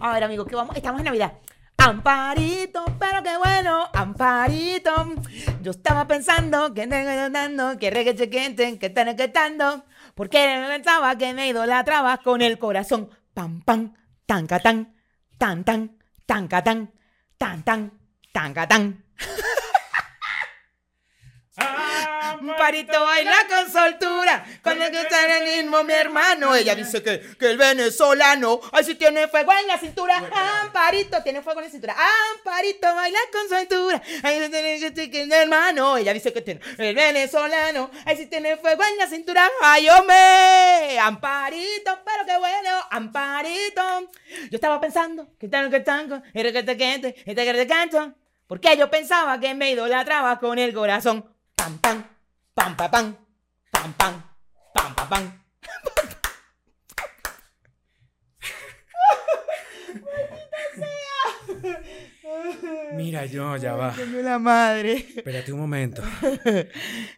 A ver, amigos, que vamos. Estamos en Navidad. Amparito, pero qué bueno, Amparito. Yo estaba pensando que dando, que reguechequenten, que están equetando, porque pensaba que me idolatrabas con el corazón. Pam, pam, tanca, tan, tan, tan, tanca, tan, tan, tan, tanca, tan. Amparito baila con soltura, con el que está en el mismo mi hermano. Ella dice que, que el venezolano, ay, si tiene fuego en la cintura. Amparito tiene fuego en la cintura. Amparito baila con soltura, ay, si tiene que está en el hermano. Ella dice que tiene el venezolano, ay, si tiene fuego en la cintura. Ay, hombre, Amparito, pero qué bueno, Amparito. Yo estaba pensando que tal que tanco, era que te quente, era que te canto. Porque yo pensaba que me idolatraba con el corazón. Pam, pam, pam, pam, pam, pam, pam, pam, pam, pam. Mira, yo, ya va. Coño la madre. Espérate un momento.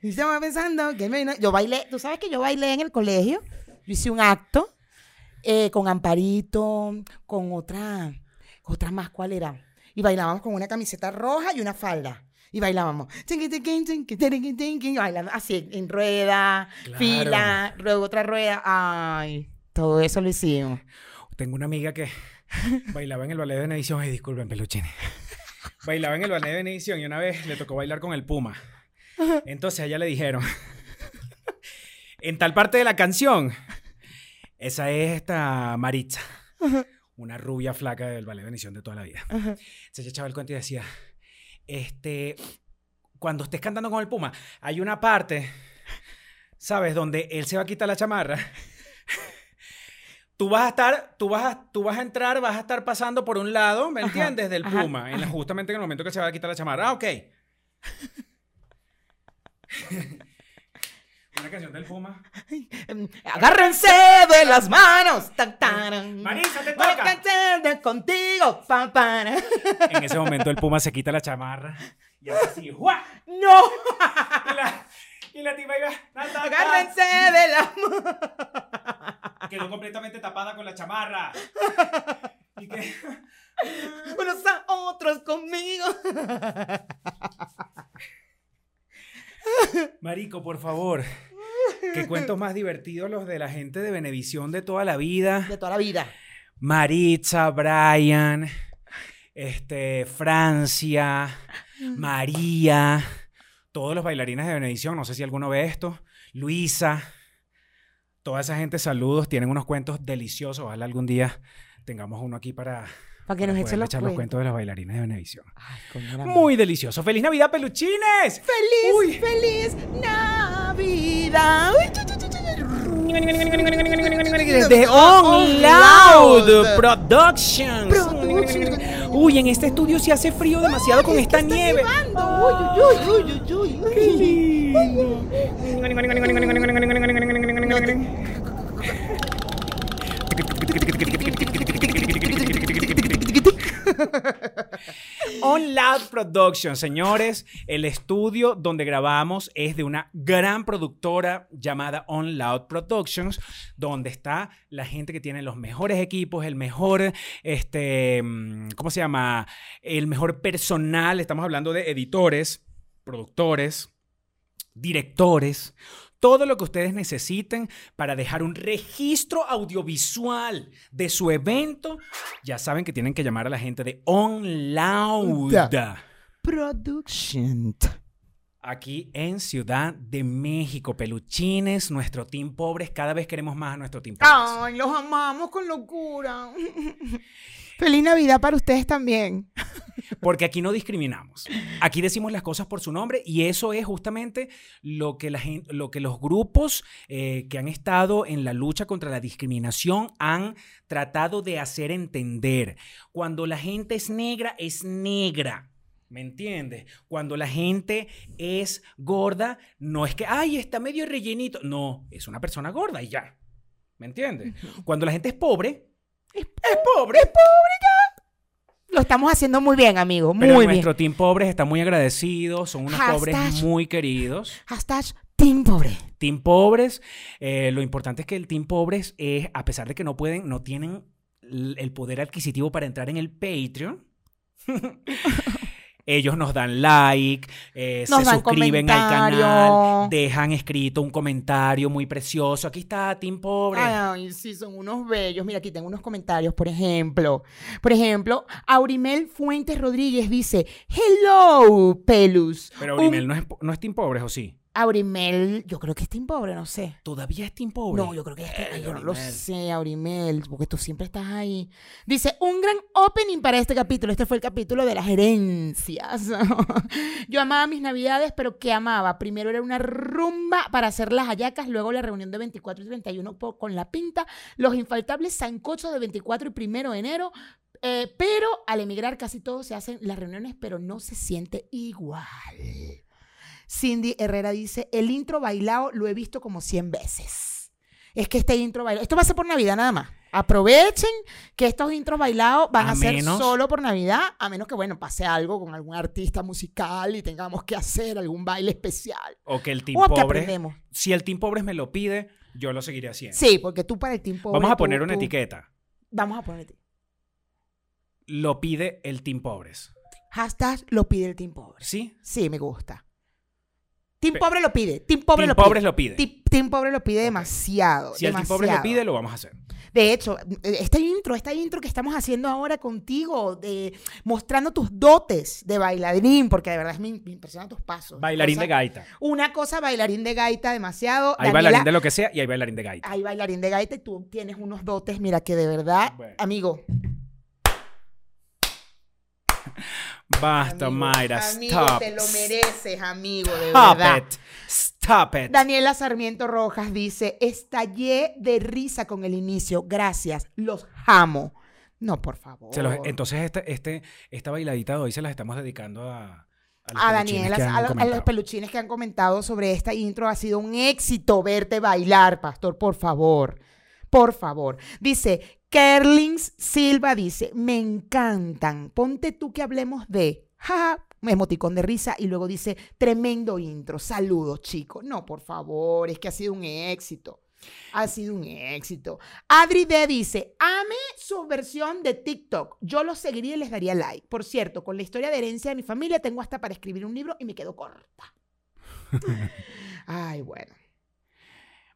Y estaba pensando que me- yo bailé, tú sabes que yo bailé en el colegio, yo hice un acto eh, con Amparito, con otra, otra más, ¿cuál era? Y bailábamos con una camiseta roja y una falda. Y bailábamos. tinqui, tinqui, tinqui, tinqui, tinqui, Bailando así, en rueda, Claro. fila, luego otra rueda. Ay, todo eso lo hicimos. Tengo una amiga que bailaba en el ballet de Benedición. Ay, disculpen, peluchines. Bailaba en el ballet de Benedición y una vez le tocó bailar con el Puma. Entonces a ella le dijeron, en tal parte de la canción, esa es esta Maritza, una rubia flaca del ballet de Benedición de toda la vida. Se ella echaba el cuento y decía, este, cuando estés cantando con el Puma, hay una parte, ¿sabes? Donde él se va a quitar la chamarra. Tú vas a estar, tú vas a, tú vas a entrar, vas a estar pasando por un lado, ¿me Ajá, entiendes? Del ajá, Puma, en la- justamente en el momento que se va a quitar la chamarra. Ah, ok. Una canción del Puma. Em, Agárrense de las manos. Tan, tan. Marisa, te Voy a toca. cantar contigo. Pa, para. En ese momento el Puma se quita la chamarra y hace así, ¡juá! No. Y la, y la tipa iba, "Na, ta, ta". Agárrense de la Quedó completamente tapada con la chamarra. Y que, unos a otros conmigo. Marico, por favor, qué cuentos más divertidos los de la gente de Benevisión de toda la vida. De toda la vida. Maritza, Brian, este, Francia, Mm. María, todos los bailarines de Benedición, no sé si alguno ve esto, Luisa, toda esa gente, saludos, tienen unos cuentos deliciosos, ojalá algún día tengamos uno aquí para, Para que nos poder echen los echar los cuentos. cuentos de los bailarines de Benedición. Ay, coño, la madre. Muy delicioso, feliz Navidad, peluchines. feliz, Uy. feliz Navidad. Uy, chu, chu, chu, chu, chu. Desde On Loud Productions. Uy, en este estudio se hace frío demasiado con esta nieve. Uy, uy, uy, uy, uy, uy. Qué lindo. On Loud Productions, señores, el estudio donde grabamos es de una gran productora llamada On Loud Productions, donde está la gente que tiene los mejores equipos, el mejor, este, mm, ¿cómo se llama? El mejor personal, estamos hablando de editores, productores, directores, todo lo que ustedes necesiten para dejar un registro audiovisual de su evento, ya saben que tienen que llamar a la gente de On Loud Production. aquí en Ciudad de México. Peluchines, nuestro team pobres, cada vez queremos más a nuestro team pobres. Ay, los amamos con locura. Feliz Navidad para ustedes también. Porque aquí no discriminamos. Aquí decimos las cosas por su nombre y eso es justamente lo que, la gen- lo que los grupos eh, que han estado en la lucha contra la discriminación han tratado de hacer entender. Cuando la gente es negra, es negra. ¿Me entiendes? Cuando la gente es gorda, no es que, ay, está medio rellenito. No, es una persona gorda y ya. ¿Me entiendes? Cuando la gente es pobre, es pobre. Lo estamos haciendo muy bien, amigo. Muy Pero bien. nuestro team pobres está muy agradecido, son unos Hashtag. pobres muy queridos. Hashtag Team Pobre. Team pobres, eh, lo importante es que el team pobres es, a pesar de que no pueden, no tienen l- el poder adquisitivo para entrar en el Patreon. Ellos nos dan like, eh, Nos se dan suscriben al comentario. canal, dejan escrito un comentario muy precioso. Aquí está, Team Pobre. Ay, sí, son unos bellos. Mira, aquí tengo unos comentarios, por ejemplo. Por ejemplo, Aurimel Fuentes Rodríguez dice, hello, Pelus. Pero Un- Aurimel no, es, po- no es Team Pobre, ¿o sí? Aurimel, yo creo que es team pobre, no sé. Todavía es Team Pobre. No, yo creo que es team- Eh, yo no lo Aurimel. sé, Aurimel, porque tú siempre estás ahí. Dice, un gran opening para este capítulo. Este fue el capítulo de las herencias. yo amaba mis navidades, pero ¿qué amaba? Primero era una rumba para hacer las hallacas, luego la reunión de 24 y 31 po- con la pinta, los infaltables sancochos de 24 y 1 de enero. eh, pero al emigrar casi todos se hacen las reuniones, pero no se siente igual. Cindy Herrera dice, el intro bailado lo he visto como 100 veces. Es que este intro bailado, esto va a ser por Navidad nada más. Aprovechen que estos intros bailados van a, A ser menos- solo por Navidad, a menos que, bueno, pase algo con algún artista musical y tengamos que hacer algún baile especial. O que el Team O que Pobre. aprendemos. Si el Team Pobre me lo pide, yo lo seguiré haciendo. Sí, porque tú para el tiempo... Vamos a poner una etiqueta. Vamos a poner Lo pide el Team Pobres. Hashtag lo pide el Team Pobre. ¿Sí? Sí, me gusta. Team Pe- Pobre lo pide. Team Pobre team lo Pobres pide. lo pide. Team- Team Pobre lo pide Ok. demasiado. Si el Team Pobres lo demasiado. pide, lo vamos a hacer. De hecho, eh, esta intro, esta intro que estamos haciendo ahora contigo, de, mostrando tus dotes de bailarín, porque de verdad me, me impresionan tus pasos. Bailarín Cosa- de gaita. Una cosa, bailarín de gaita demasiado. Hay Daniela, bailarín de lo que sea y hay bailarín de gaita. hay bailarín de gaita y tú tienes unos dotes, mira, que de verdad, Bueno. amigo. Basta, amigo, Mayra. amigo, Stop. te lo mereces, amigo, de Stop verdad. it. Stop it. Daniela Sarmiento Rojas dice, estallé de risa con el inicio, gracias, los amo. No, por favor. Se los- entonces, este, este, esta bailadita de hoy se las estamos dedicando a. los a peluchines Daniela, que han a, lo- a los comentado. peluchines que han comentado sobre esta intro. Ha sido un éxito verte bailar, Pastor, por favor. Por favor. Dice, Kerlings Silva dice, me encantan. Ponte tú que hablemos de, jaja, emoticón de risa. Y luego dice, tremendo intro. Saludos, chicos. No, por favor, es que ha sido un éxito. Ha sido un éxito. Adri D dice, ame su versión de TikTok. Yo los seguiría y les daría like. Por cierto, con la historia de herencia de mi familia tengo hasta para escribir un libro y me quedo corta. Ay, bueno.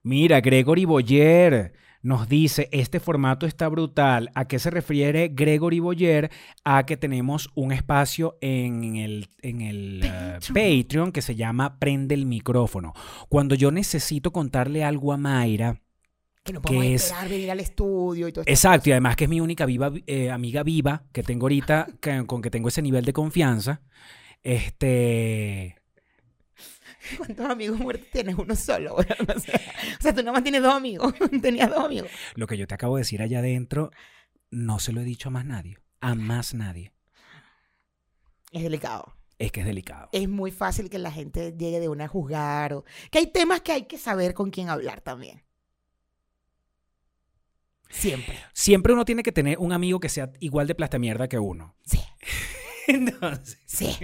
Mira, Gregory Boyer nos dice, este formato está brutal. ¿A qué se refiere Gregory Boyer? A que tenemos un espacio en el, en el eh, Patreon. Patreon que se llama Prende el micrófono. Cuando yo necesito contarle algo a Mayra, Que no podemos ¿Qué es? esperar venir al estudio y todo esto. exacto, y además que es mi única viva, eh, amiga viva que tengo ahorita, que- con que tengo ese nivel de confianza, este... ¿Cuántos amigos muertos tienes? Uno solo. bueno, no sé. O sea, tú nomás tienes dos amigos. Tenías dos amigos. Lo que yo te acabo de decir allá adentro, no se lo he dicho a más nadie. A más nadie. Es delicado. Es que es delicado. Es muy fácil que la gente llegue de una a juzgar. O... Que hay temas que hay que saber con quién hablar también. Siempre. Siempre uno tiene que tener un amigo que sea igual de plasta mierda que uno. Sí. Entonces. Sí.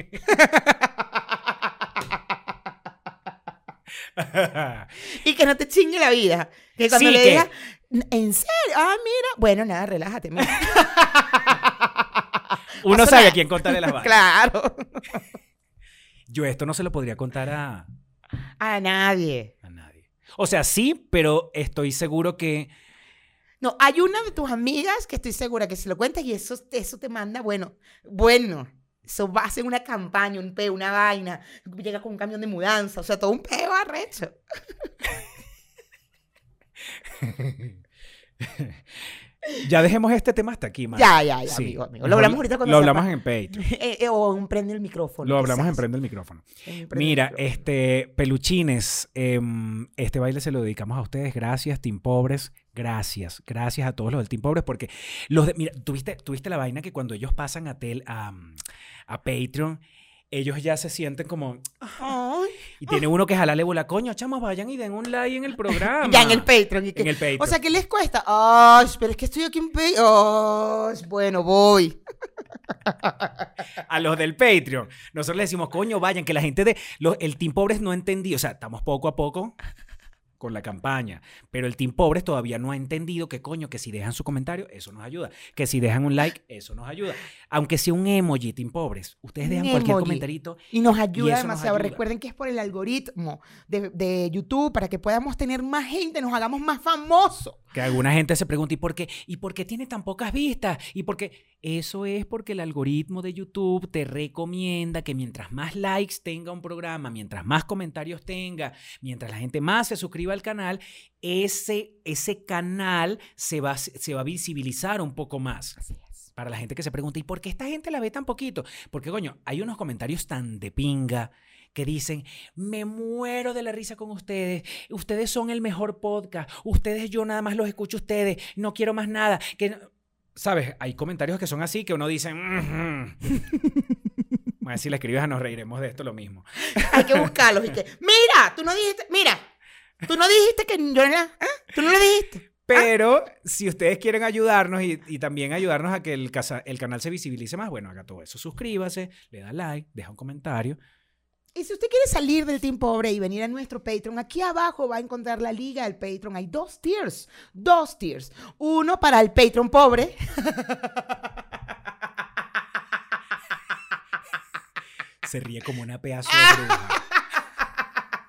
y que no te chingue la vida. Que cuando Sí, le que- digas, ¿en serio? Ah, mira. Bueno, nada, relájate. mira. Uno Pasó sabe nada. a quién contarle las vainas. claro. Yo esto no se lo podría contar a, A nadie. a nadie. O sea, sí, pero estoy seguro que. No, hay una de tus amigas que estoy segura que si lo cuentas y eso, eso te manda, bueno, bueno. Eso va a ser una campaña, un peo, una vaina. Llega con un camión de mudanza. O sea, todo un peo arrecho. Ya dejemos este tema hasta aquí, man. Ya, ya, ya, Sí. amigo, amigo. Lo Mejor hablamos ahorita cuando Lo sea hablamos pa- en Patreon. Eh, eh, o en prende el micrófono. Lo hablamos en quizás. Prende el micrófono. En Prende el Mira, Micrófono. este, peluchines, em, este baile se lo dedicamos a ustedes. Gracias, Team Pobres. Gracias, gracias a todos los del Team Pobres, porque los de, mira, tuviste, tuviste la vaina que cuando ellos pasan a, tel, a, a Patreon, ellos ya se sienten como, Ay. y tiene uno que jalarle bola, coño, chamos, vayan y den un like en el programa. Ya en el Patreon. y que- En el Patreon. O sea, ¿qué les cuesta? Ay, pero es que estoy aquí en Patreon. Ay, bueno, voy. a los del Patreon. Nosotros les decimos, coño, vayan, que la gente de, los, el Team Pobres no entendió, o sea, estamos poco a poco con la campaña, pero el Team Pobres todavía no ha entendido que coño, que si dejan su comentario, eso nos ayuda, que si dejan un like, eso nos ayuda. Aunque sea un emoji, Team Pobres, ustedes dejan Un cualquier emoji. comentarito Y nos Y ayuda eso nos demasiado. ayuda. Recuerden que es por el algoritmo de, de YouTube para que podamos tener más gente, nos hagamos más famosos. que alguna gente se pregunta, ¿y por qué? ¿Y por qué tiene tan pocas vistas? ¿Y por qué? Eso es porque el algoritmo de YouTube te recomienda que mientras más likes tenga un programa, mientras más comentarios tenga, mientras la gente más se suscriba al canal, ese, ese canal se va, se va a visibilizar un poco más. Así es. Para la gente que se pregunta, ¿y por qué esta gente la ve tan poquito? Porque, coño, hay unos comentarios tan de pinga que dicen, me muero de la risa con ustedes, ustedes son el mejor podcast, ustedes yo nada más los escucho a ustedes, no quiero más nada. Que... no-". ¿Sabes? Hay comentarios que son así que uno dice, "Ujú". Bueno, si le escribes a nos reiremos de esto lo mismo. Hay que buscarlos. Y que, mira, tú no dijiste, mira, tú no dijiste que yo era, ¿ah? tú no lo dijiste. Pero si ustedes quieren ayudarnos y, y también ayudarnos a que el, casa- el canal se visibilice más, bueno, haga todo eso. Suscríbase, le da like, deja un comentario. Y si usted quiere salir del Team Pobre y venir a nuestro Patreon, aquí abajo va a encontrar la liga del Patreon. Hay dos tiers, dos tiers. Uno para el Patreon pobre. Se ríe como una pedazo de bruja.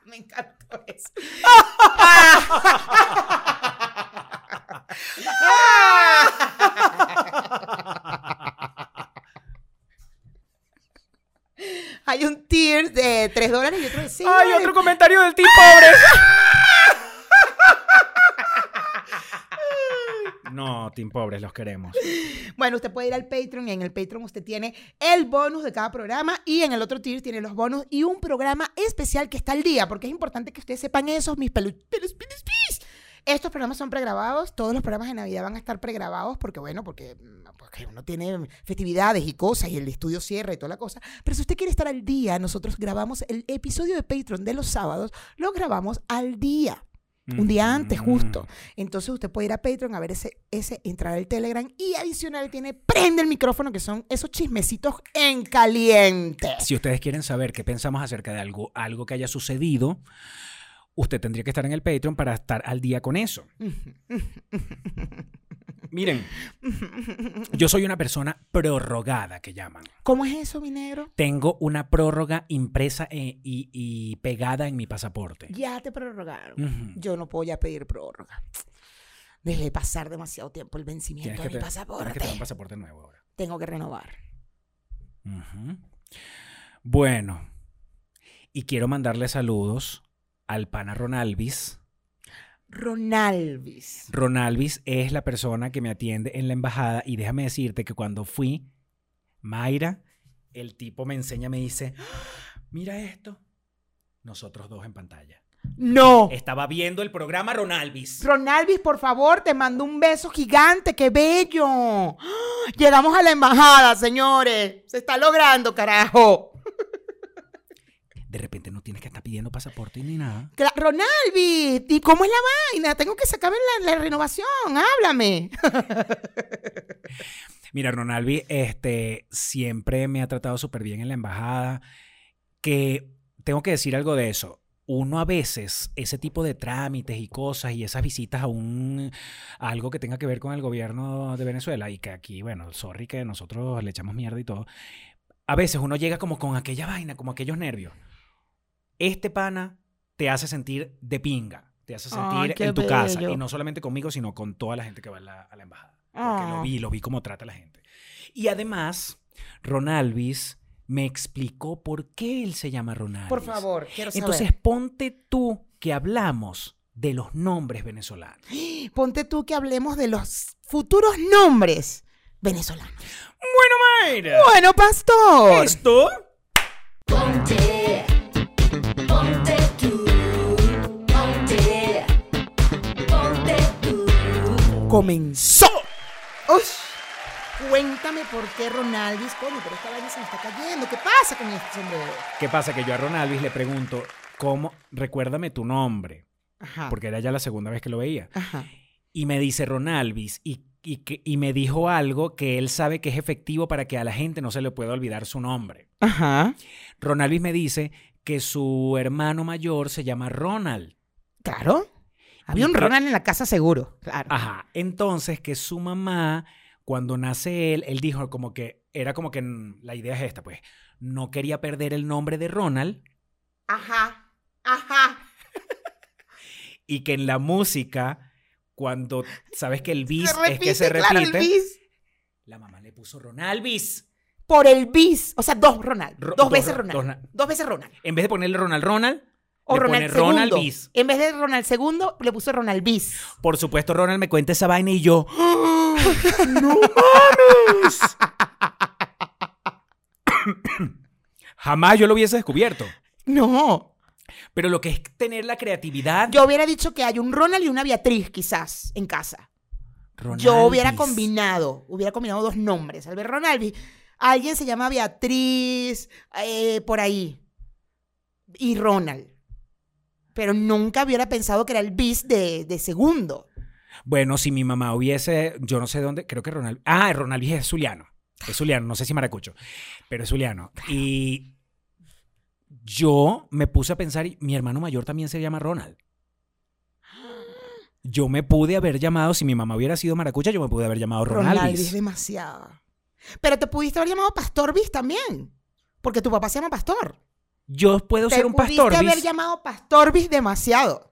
Me encantó eso. Hay un tier de 3 dólares y otro de 5. ¡Ay, otro comentario del team pobre! No, team pobres, los queremos. Bueno, usted puede ir al Patreon y en el Patreon usted tiene el bonus de cada programa y en el otro tier tiene los bonos y un programa especial que está al día, porque es importante que ustedes sepan esos mis pelu pelus- pelus- pelus. Estos programas son pregrabados, todos los programas de Navidad van a estar pregrabados porque, bueno, porque, mm, porque uno tiene festividades y cosas y el estudio cierra y toda la cosa. Pero si usted quiere estar al día, nosotros grabamos el episodio de Patreon de los sábados, lo grabamos al día. Un día Mm. antes, justo. Entonces usted puede ir a Patreon a ver ese, ese entrar al Telegram y adicional tiene prende el micrófono, que son esos chismecitos en caliente. Si ustedes quieren saber qué pensamos acerca de algo, algo que haya sucedido, usted tendría que estar en el Patreon para estar al día con eso. Miren, yo soy una persona prorrogada, que llaman. ¿Cómo es eso, mi negro? Tengo una prórroga impresa e- y, y pegada en mi pasaporte. Ya te prorrogaron. Ujú. Yo no puedo ya pedir prórroga. Debe pasar demasiado tiempo el Tienes vencimiento que de mi te- pasaporte. Tienes que tener un pasaporte nuevo ahora. Tengo que renovar. Ujú. Bueno, y quiero mandarle saludos al pana Ronalvis. Ronalvis. Ronalvis es la persona que me atiende en la embajada y déjame decirte que cuando fui, Mayra, el tipo me enseña, me dice, "¡Ah! mira esto, nosotros dos en pantalla. No. Estaba viendo el programa Ronalvis. Ronalvis, por favor, te mando un beso gigante, qué bello. ¡Ah! Llegamos a la embajada, señores. Se está logrando, carajo. De repente no tienes que estar pidiendo pasaporte ni nada. Cla- Ronalvis, ¿y cómo es la vaina? Tengo que sacarme la, la renovación, háblame. Mira, Ronalvi, este, siempre me ha tratado súper bien en la embajada. Que tengo que decir algo de eso. Uno a veces, ese tipo de trámites y cosas y esas visitas a un a algo que tenga que ver con el gobierno de Venezuela, y que aquí, bueno, sorry que nosotros le echamos mierda y todo. A veces uno llega como con aquella vaina, como aquellos nervios. Este pana te hace sentir de pinga, te hace Ay, sentir qué en tu casa. bello. Y no solamente conmigo, sino con toda la gente que va a la, a la embajada. Porque Ah. lo vi, lo vi cómo trata a la gente. Y además, Ronalvis me explicó por qué él se llama Ronalvis. Por favor, quiero saber. Entonces, ponte tú que hablamos de los nombres venezolanos. ponte tú que hablemos de los futuros nombres venezolanos. Mayra, Bueno, pastor. esto Ponte, ponte tú, ponte, ponte tú. comenzó. Uy, Cuéntame por qué Ronalvis, coño, pero esta vaina se me está cayendo. ¿Qué pasa con este sombrero? ¿Qué pasa? Que yo a Ronalvis le pregunto, ¿cómo? Recuérdame tu nombre, Ajá. porque era ya la segunda vez que lo veía. Ajá. Y me dice Ronalvis, y, y, que- y me dijo algo que él sabe que es efectivo para que a la gente no se le pueda olvidar su nombre. Ajá. Ronalvis me dice que su hermano mayor se llama Ronald. Claro. Había un Y- Ronald en la casa seguro. Claro. Ajá. Entonces, que su mamá, cuando nace él, él dijo como que, era como que mm, la idea es esta, pues, no quería perder el nombre de Ronald Ajá. Ajá. y que en la música, cuando sabes que el bis Se es que se repite, claro, el repite, bis. la mamá le puso Ronalvis. Por el bis. O sea, dos Ronald. Ro- dos veces Ro- Ronald. dos Dos, na- veces Ronald. en vez de ponerle Ronald Ronald, O le Ronald pone Ronald segundo. Bis. En vez de Ronald segundo, le puso Ronald bis. Por supuesto, Ronald me cuenta esa vaina y yo. ¡No mames! Jamás yo lo hubiese descubierto. No. Pero lo que es tener la creatividad. Yo hubiera dicho que hay un Ronald y una Beatriz, quizás, en casa. Ronaldis. Yo hubiera combinado, hubiera combinado dos nombres. Al ver Ronald, alguien se llama Beatriz, eh, por ahí. Y Ronald. Pero nunca hubiera pensado que era el bis de, de segundo. Bueno, si mi mamá hubiese. Yo no sé dónde. Creo que Ronald. Ah, Ronaldis es Zuliano. Es Zuliano, no sé si maracucho. Pero es Zuliano. Y. Yo me puse a pensar, y mi hermano mayor también se llama Ronald. Yo me pude haber llamado, si mi mamá hubiera sido maracucha, yo me pude haber llamado Ronald, Ronaldis. es demasiado. Pero te pudiste haber llamado Pastor Bis también. Porque tu papá se llama Pastor. Yo puedo Te ser un pudiste pastor. haber ¿vis? llamado Pastor Bis demasiado.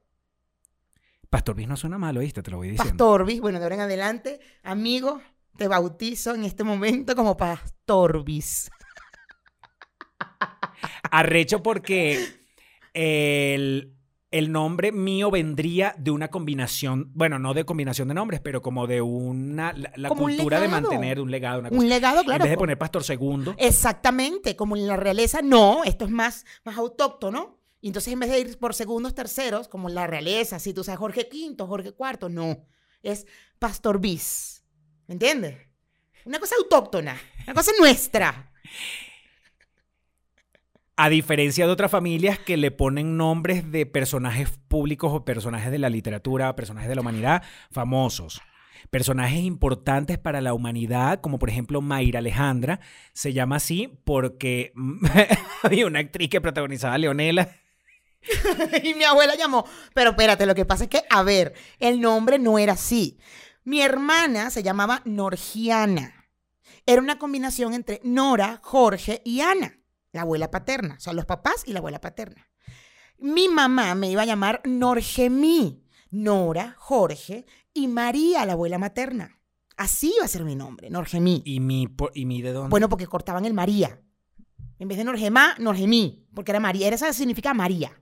Pastor Bis no suena malo, ¿viste? Te lo voy diciendo. Pastorbis, bueno, de ahora en adelante, amigo, te bautizo en este momento como Pastorbis. Arrecho porque el, el nombre mío vendría de una combinación, bueno, no de combinación de nombres, pero como de una la, la Como un cultura de legado. mantener un legado, una cosa. Un legado, en claro. vez de como- poner Pastor Segundo, Exactamente, como en la realeza, no, esto es más, más autóctono. Y entonces en vez de ir por segundos, terceros, como en la realeza, si tú sabes Jorge V, Jorge IV, no, es Pastorbis. ¿Me entiendes? Una cosa autóctona, una cosa nuestra. a diferencia de otras familias que le ponen nombres de personajes públicos o personajes de la literatura, personajes de la humanidad, famosos. Personajes importantes para la humanidad, como por ejemplo Mayra Alejandra, se llama así porque había una actriz que protagonizaba a Leonela y mi abuela llamó. Pero espérate, lo que pasa es que, a ver, el nombre no era así. Mi hermana se llamaba Norgiana. Era una combinación entre Nora, Jorge y Ana, la abuela paterna. O sea, los papás y la abuela paterna. Mi mamá me iba a llamar Norgemí. Nora, Jorge y María, la abuela materna. Así iba a ser mi nombre, Norgemí. ¿Y mi, po- y mi de dónde? Bueno, porque cortaban el María. En vez de Norgemá, Norgemí, porque era María. Era- Eso significa María.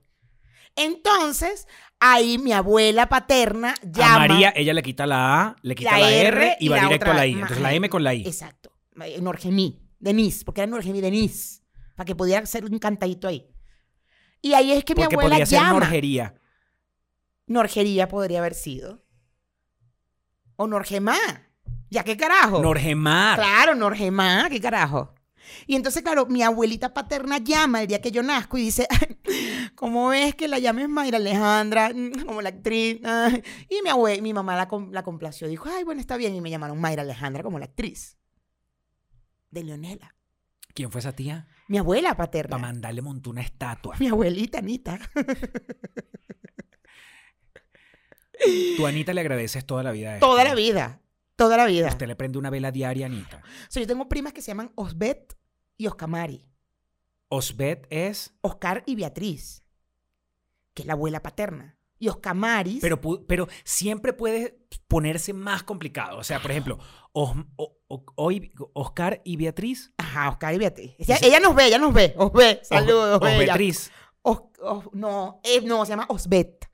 Entonces, ahí mi abuela paterna a llama María, ella le quita la A, le quita la, R, y va la directo otra- a la I. ma- Entonces la M con la I. Exacto. Eh, Norgemí, Denise, porque era Norgemí Denise, para que pudiera hacer un cantadito ahí. Y ahí es que mi porque abuela podría ser llama. Norgería. Norgería podría haber sido. O Norgemá. ¿Ya qué carajo? Norgemar. Claro, Norgemá, qué carajo. Y entonces, claro, mi abuelita paterna llama el día que yo nazco y dice, ¿cómo ves que la llames Mayra Alejandra, Mm, como la actriz? Ah. Y mi, abue- mi mamá la, com- la complació, dijo, ay, bueno, está bien, y me llamaron Mayra Alejandra como la actriz. De Leonela. ¿Quién fue esa tía? Mi abuela Para paterna. mandarle montó una estatua. Mi abuelita Anita. Tú, Anita, le agradeces toda la vida. a esto. Toda la vida. Toda la vida. Usted le prende una vela diaria, Anita. O sea, yo tengo primas que se llaman Osbet y Oscamari. Osbet es. Oscar y Beatriz, que es la abuela paterna. Y Oscamaris. Pero, pu- pero siempre puede ponerse más complicado. O sea, por ejemplo, Os- o- o- hoy- Oscar y Beatriz. Ajá, Oscar y Beatriz. Ella, ella nos ve, ella nos ve. Os ve. Saludos, Os- bella. Osbetriz. Os- os- no, eh, no, se llama Osbet.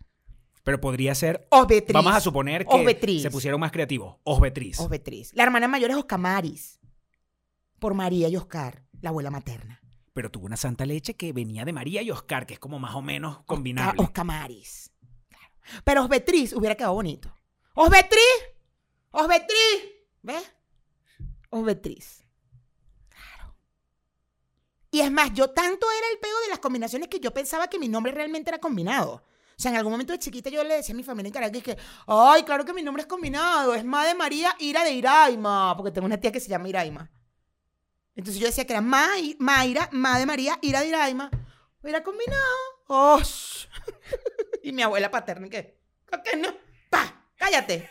Pero podría ser. Osbetriz. Vamos a suponer que Osbetriz. se pusieron más creativos. Osbetriz. Osbetriz. La hermana mayor es Oscamaris. Por María y Oscar, la abuela materna. pero tuvo una santa leche que venía de María y Oscar, que es como más o Oh, ah, menos Osca- combinable. Oscamaris. Claro. Pero Osbetriz hubiera quedado bonito. ¡Osbetriz! ¡Osbetriz! ¿Ves? Osbetriz. Claro. Y es más, yo tanto era el pego de las combinaciones que yo pensaba que mi nombre realmente era combinado. O sea, en algún momento de chiquita yo le decía a mi familia en Caracas que, ay, claro que mi nombre es combinado, es Ma de María, Ira de Iraima, porque tengo una tía que se llama Iraima. Entonces yo decía que era Ma, Mayra, Ma de María, Ira de Iraima. Era combinado. ¡Oh! Y mi abuela paterna, ¿qué? ¿Con qué no? ¡Pa! ¡Cállate!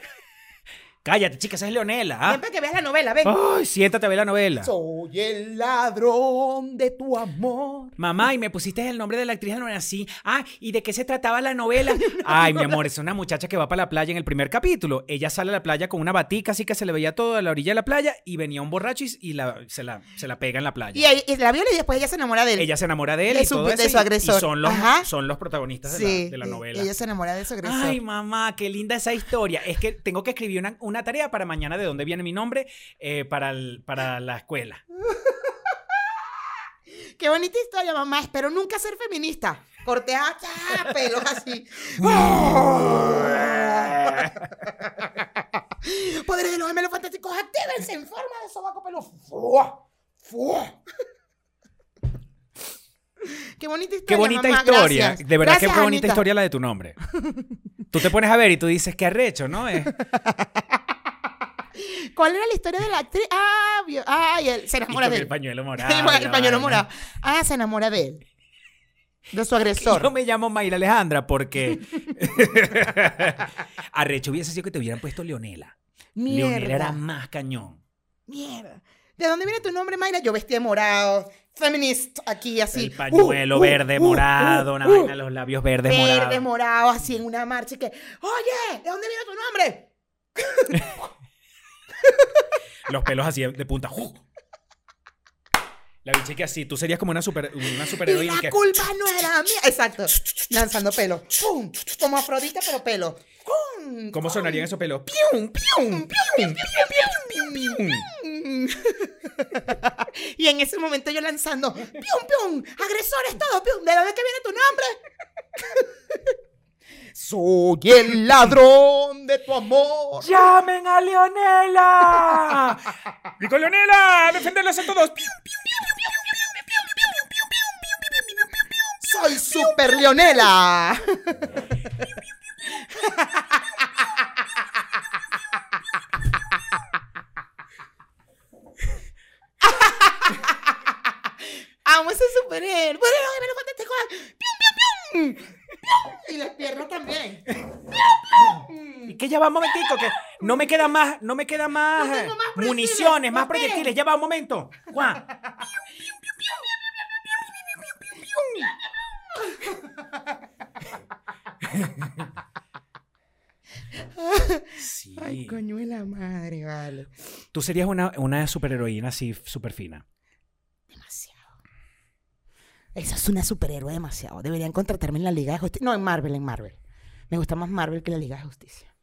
Cállate, chica, esa es Leonela. ¿ah? Siempre que veas la novela, ven. Ay, siéntate a ver la novela. Soy el ladrón de tu amor. Mamá, y me pusiste el nombre de la actriz de la novela así. Ah, ¿y de qué se trataba la novela? Ay, mi amor, es una muchacha que va para la playa en el primer capítulo. Ella sale a la playa con una batica, así que se le veía todo a la orilla de la playa y venía un borracho y, y la, se, la, se la pega en la playa. Y, ahí- y la viola y después ella se enamora de él. ella se enamora de él De y su- todo de eso, su y- agresor. Y son los, Ajá. son los protagonistas de, la, de la eh, novela. Ella se enamora de su agresor. Ay, mamá, qué linda esa historia. Es que tengo que escribir una, una tarea para mañana de dónde viene mi nombre eh, para, el- para la escuela. Qué bonita historia, mamá. Espero nunca ser feminista. Corté a ya, pelos así. Poderes de los gemelos fantásticos, actívense en forma de sobaco peludo. ¡Fua! ¡Fua! Qué bonita historia. Qué bonita mamá. historia. Gracias. De verdad que Gracias, qué bonita Anita. historia la de tu nombre. Tú te pones a ver y tú dices, qué arrecho, ¿no? Es- ¿Cuál era la historia de la actriz? Ah, vio- ay, él se y enamora con de el él. pañuelo morado. El, la pañuelo vaina. morado. Ah, se enamora de él. De su Yo agresor. me llamo Mayra Alejandra porque arrecho hubiese sido que te hubieran puesto Leonela. Leonela era Mierda. más cañón. Mierda. ¿De dónde viene tu nombre, Mayra? Yo vestí de morado. Feminist, aquí así. El pañuelo Uh, uh, verde uh, morado, uh, una uh. vaina, los labios verdes Verde, morados. morado, así en una marcha. y que, oye, ¿de dónde viene tu nombre? Los pelos así de punta. ¡Uh! La bicha que así, tú serías como una super una Y superheroína la que culpa no era mía. Exacto. Lanzando pelo. ¡Pum! Como Afrodita, pero pelo. ¡Pum! ¿Cómo sonarían esos pelos? ¡Pium! ¡Pium! ¡Pium! ¡Pium! ¡Pium! ¡Pium! ¡Pium! Y en ese momento yo lanzando, ¡pium, pium! ¡Agresores todos, pium! ¿De dónde que viene tu nombre? Soy el ladrón de tu amor. ¡Llamen a Leonela! ¡Digo Leonela! ¡Defenderlos a todos! ¡Piu! Soy Super Leonela. Amo ese superhéroe. Bueno, los gemelos fantásticos. ¡Pium, pium, pium! ¡Pium! Y las piernas también. Y que ya va un momentico, que no me queda más, no me queda más, No eh, tengo más proyectiles, municiones, más papeles. proyectiles. Ya va un momento. Juan. Sí. Ay, coño de la madre, vale. Tú serías una, una superheroína así, súper fina. Demasiado. Esa es una superhéroe demasiado. Deberían contratarme en la Liga de Justicia. No, en Marvel, en Marvel. Me gusta más Marvel que la Liga de Justicia.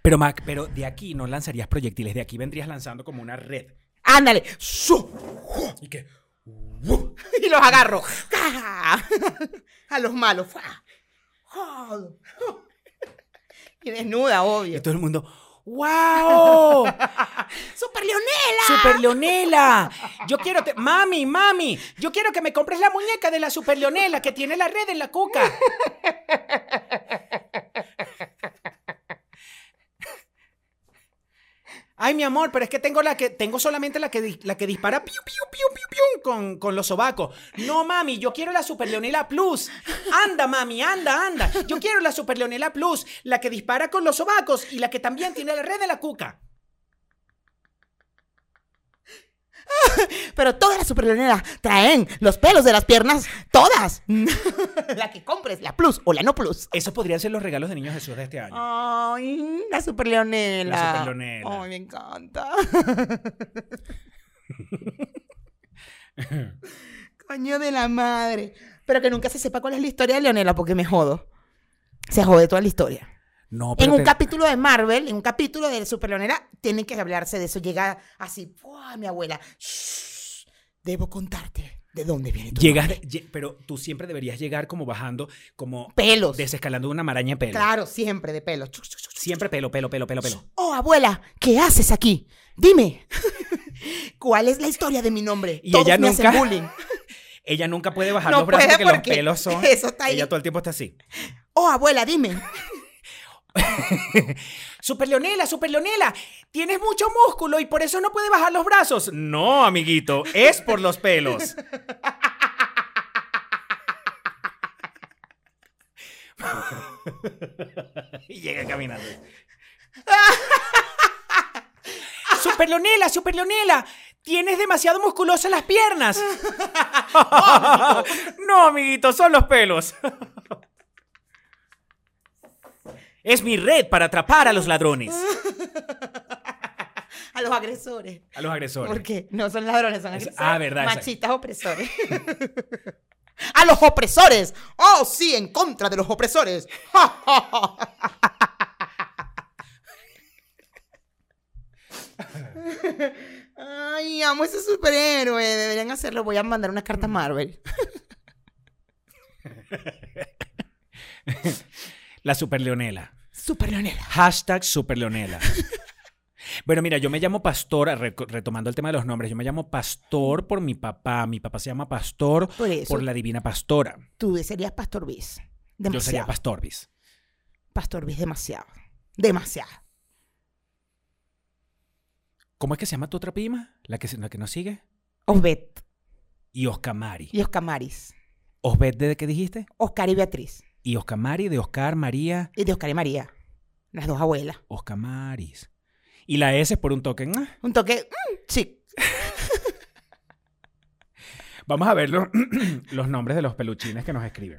Pero, Mac, pero de aquí no lanzarías proyectiles, de aquí vendrías lanzando como una red. Ándale. ¡Su! ¡Ju! Y que. y los agarro. ¡Ca! A los malos. ¡Fua! ¡Jodo! Y desnuda, Y obvio. todo el mundo. ¡Wow! ¡Super Leonela! ¡Super Leonela! Yo quiero te- ¡Mami, mami! Yo quiero que me compres la muñeca de la Super Leonela que tiene la red en la cuca. Ay, mi amor, pero es que tengo la que tengo solamente la que di- la que dispara piu piu piu piu piu con, con los sobacos. No, mami, yo quiero la Super Leonela Plus. Anda, mami, anda, anda. Yo quiero la Super Leonela Plus, la que dispara con los sobacos y la que también tiene la red de la cuca. Pero todas las Super Leonelas traen los pelos de las piernas. ¡Todas! la que compres, la plus o la no plus. Esos podrían ser los regalos de Niños Jesús de este año. Ah. Ay, la Super Leonela. La Super Leonela. Ay, me encanta. Coño de la madre. Pero que nunca se sepa cuál es la historia de Leonela, porque me jodo. Se jode toda la historia. No, En pero un te- capítulo de Marvel, en un capítulo de Super Leonela, tienen que hablarse de eso. Llega así, ¡pua! mi abuela. "Shh, debo contarte de dónde viene tu llegas, nombre". lle- pero tú siempre deberías llegar como bajando, como Pelos. desescalando una maraña de pelo. Claro, siempre de pelos. Chuc, chuc, chuc, chuc. Siempre pelo, pelo, pelo, pelo, pelo. Oh, abuela, ¿qué haces aquí? Dime. ¿Cuál es la historia de mi nombre? Y Todos ella me hacen nunca- bullying. Ella nunca puede bajar No los brazos puede porque, porque los pelos son. eso está ahí. Ella todo el tiempo está así. Oh, abuela, dime. Super Leonela, Super Leonela, tienes mucho músculo y por eso no puede bajar los brazos. No, amiguito, es por los pelos. y llega caminando. Superlonela, Superlonela, tienes demasiado musculosas las piernas. no, Oh, amiguito, son los pelos. es mi red para atrapar a los ladrones, A los agresores. a los agresores. Porque no son ladrones, son Es- agresores. ah, verdad, exacto. Machistas opresores. A los opresores. Oh, sí, en contra de los opresores. Ay, amo ese superhéroe. Deberían hacerlo. Voy a mandar unas cartas Marvel. La Superleonela. Superleonela. Hashtag Superleonela. Bueno, mira, yo me llamo Pastor, re- retomando el tema de los nombres, yo me llamo Pastor por mi papá. Mi papá se llama Pastor Por eso. por la divina pastora. Tú serías Pastor Bis. Demasiado. Yo sería Pastor Bis. Pastor Bis, demasiado. Demasiado. ¿Cómo es que se llama tu otra prima? La que, se- la que nos sigue. Osbet Y Oscamari. y Oscar Maris. Osbet, ¿de qué dijiste? Oscar y Beatriz. Y Oscamari de Oscar María Y de Oscar y María. Las dos abuelas. Oscamaris. Y la S por un token. Ah, Un toque, mm, sí. Vamos a ver los, los nombres de los peluchines que nos escriben.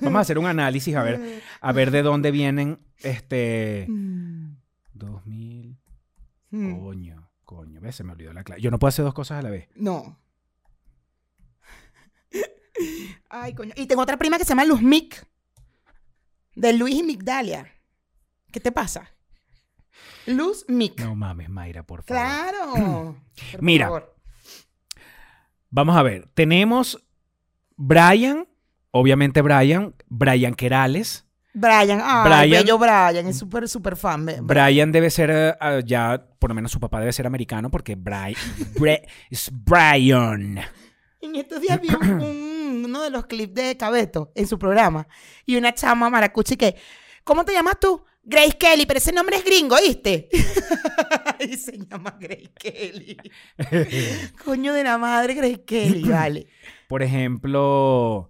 Vamos a hacer un análisis a ver, a ver de dónde vienen este... Mm, 2000. mm. Coño, coño. ¿Ves? Se me olvidó la clave. Yo no puedo hacer dos cosas a la vez. No. Ay, coño. Y tengo otra prima que se llama Luz Mick. De Luis y Migdalia. ¿Qué te pasa? Luz Mick. No mames, Mayra, por favor. Claro. Por Mira. favor. Vamos a ver. Tenemos Brian, obviamente Brian, Brian Querales. Brian. Ay, Brian. bello Brian. Es súper, súper fan. Be- Brian debe ser eh, ah, ya, por lo menos su papá debe ser americano porque Brian es Brian. En estos días vi un- un- uno de los clips de Cabeto en su programa y una chama maracuchi que, ¿cómo te llamas tú? Grace Kelly, pero ese nombre es gringo, ¿viste? y se llama Grace Kelly. Coño de la madre, Grace Kelly, vale. Por ejemplo,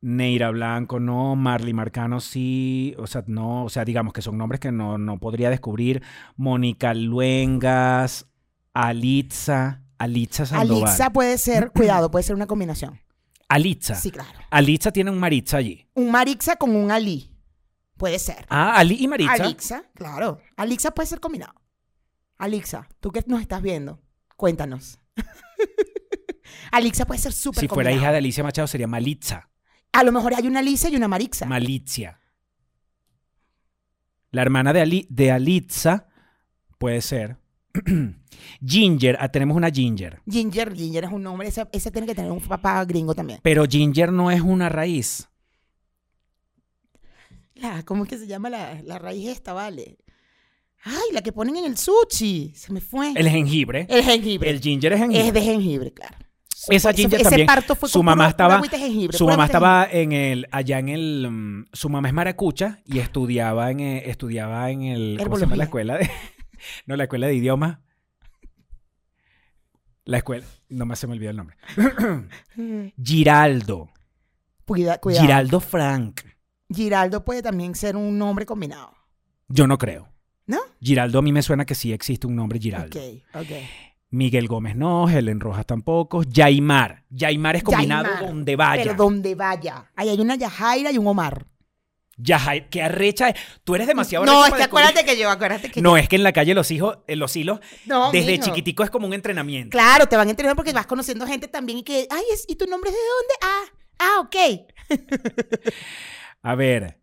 Neira Blanco, no, Marley Marcano, sí, o sea, no, o sea, digamos que son nombres que no, no podría descubrir. Mónica Luengas, Alitza, Alitza Sandoval. Alitza puede ser, cuidado, puede ser una combinación. Alitza. Sí, claro. Alitza tiene un Maritza allí. Un Marixa con un Ali. Puede ser. Ah, Ali y Maritza. Alixa, claro. Alixa puede ser combinado. Alixa, tú que nos estás viendo, cuéntanos. Alixa puede ser súper si fuera combinado. hija de Alicia Machado sería Malitza. A lo mejor hay una Alicia y una Marixa. Malicia. La hermana de, Ali, de Alitza puede ser. Ginger, ah, tenemos una Ginger. Ginger, Ginger es un nombre, ese, ese tiene que tener un papá gringo también. Pero Ginger no es una raíz. La, ¿Cómo es que se llama la, la raíz esta, vale? Ay, la que ponen en el sushi. Se me fue. El, El jengibre. jengibre. El ginger es jengibre. es de jengibre, claro. Esa Ese- Ginger ese también. parto fue su con mamá puro- pura estaba. agüita de jengibre, Su pura mamá agüita de estaba en el. Allá en el. mm, su mamá es maracucha y estudiaba en, eh, estudiaba en el. ¿Cómo se llama la Herbología. escuela? de- no, la escuela de idiomas. La escuela. No más se me olvidó el nombre. jengibre. Giraldo. Mm. Cuida- cuidado. Giraldo Frank. Giraldo puede también ser un nombre combinado. Yo no creo. ¿No? Giraldo a mí me suena que sí existe un nombre Giraldo. Ok, ok. Miguel Gómez no, Helen Rojas tampoco. Yaimar. Yaimar es combinado Yaimar. donde vaya. Pero donde vaya. Ahí hay una Yajaira y un Omar. Yajair, qué arrecha. es. Tú eres demasiado no, arrecha es para que descubrir- acuérdate que yo, acuérdate que No, es que en la calle los hijos, en los hilos, No, desde mijo. chiquitico es como un entrenamiento. Claro, te van entrenando porque vas conociendo gente también y que, ay, es- ¿y tu nombre es de dónde? Ah, ah, ok. A ver.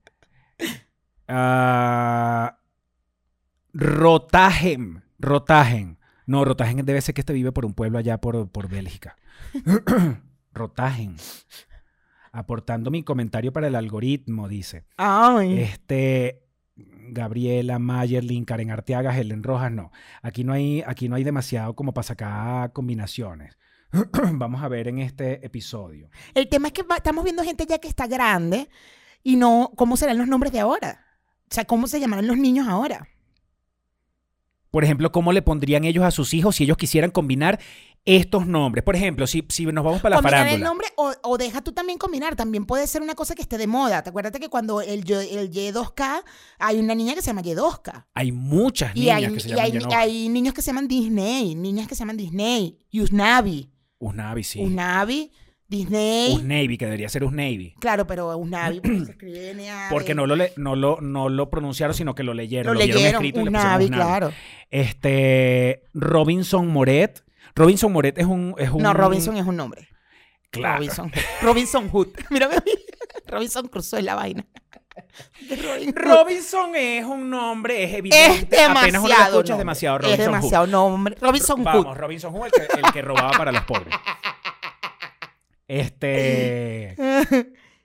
Ah, Rotagen. Rotagen. No, Rotagen debe ser que este vive por un pueblo allá por, por Bélgica. Rotagen. Aportando mi comentario para el algoritmo, dice. Ay. Este. Gabriela, Mayerlin, Karen Arteaga, Helen Rojas, no. Aquí no hay, aquí no hay demasiado como para sacar combinaciones. Vamos a ver en este episodio. El tema es que va- estamos viendo gente ya que está grande y no, ¿cómo serán los nombres de ahora? O sea, ¿cómo se llamarán los niños ahora? Por ejemplo, cómo le pondrían ellos a sus hijos si ellos quisieran combinar estos nombres. Por ejemplo, si, si nos vamos para la combinar el farándula. nombre o, o deja tú también combinar. También puede ser una cosa que esté de moda. Te acuérdate que cuando el, yo- el Y2K, hay una niña que se llama Y2K. Hay muchas Y, niñas hay, que se y llaman hay- Yanova. hay niños que se llaman Disney, niñas que se llaman Disney, Usnavi, Usnavi, sí. Usnavi, Disney. Usnavy, que debería ser Usnavy. Claro, pero Usnavi pues, se escribe NAVI. Porque no lo, le- no, lo, no lo pronunciaron, sino que lo leyeron. lo Lo, vieron leyeron, escrito y le pusieron Usnavi, Usnavi. claro. Este, Robinson Moret. Robinson Moret es un... Es un No, Robinson es un nombre. Claro. Robinson. Robinson Hood. Mírame a mí. Robinson cruzó en la vaina. De Robin Hood. Robinson es un nombre, es evidente. es Apenas uno lo demasiado. escucha, es nombre. demasiado es Robinson Hood. demasiado nombre. Robinson Vamos, Hood. Robinson Hood, el que, el que robaba para los pobres. Este.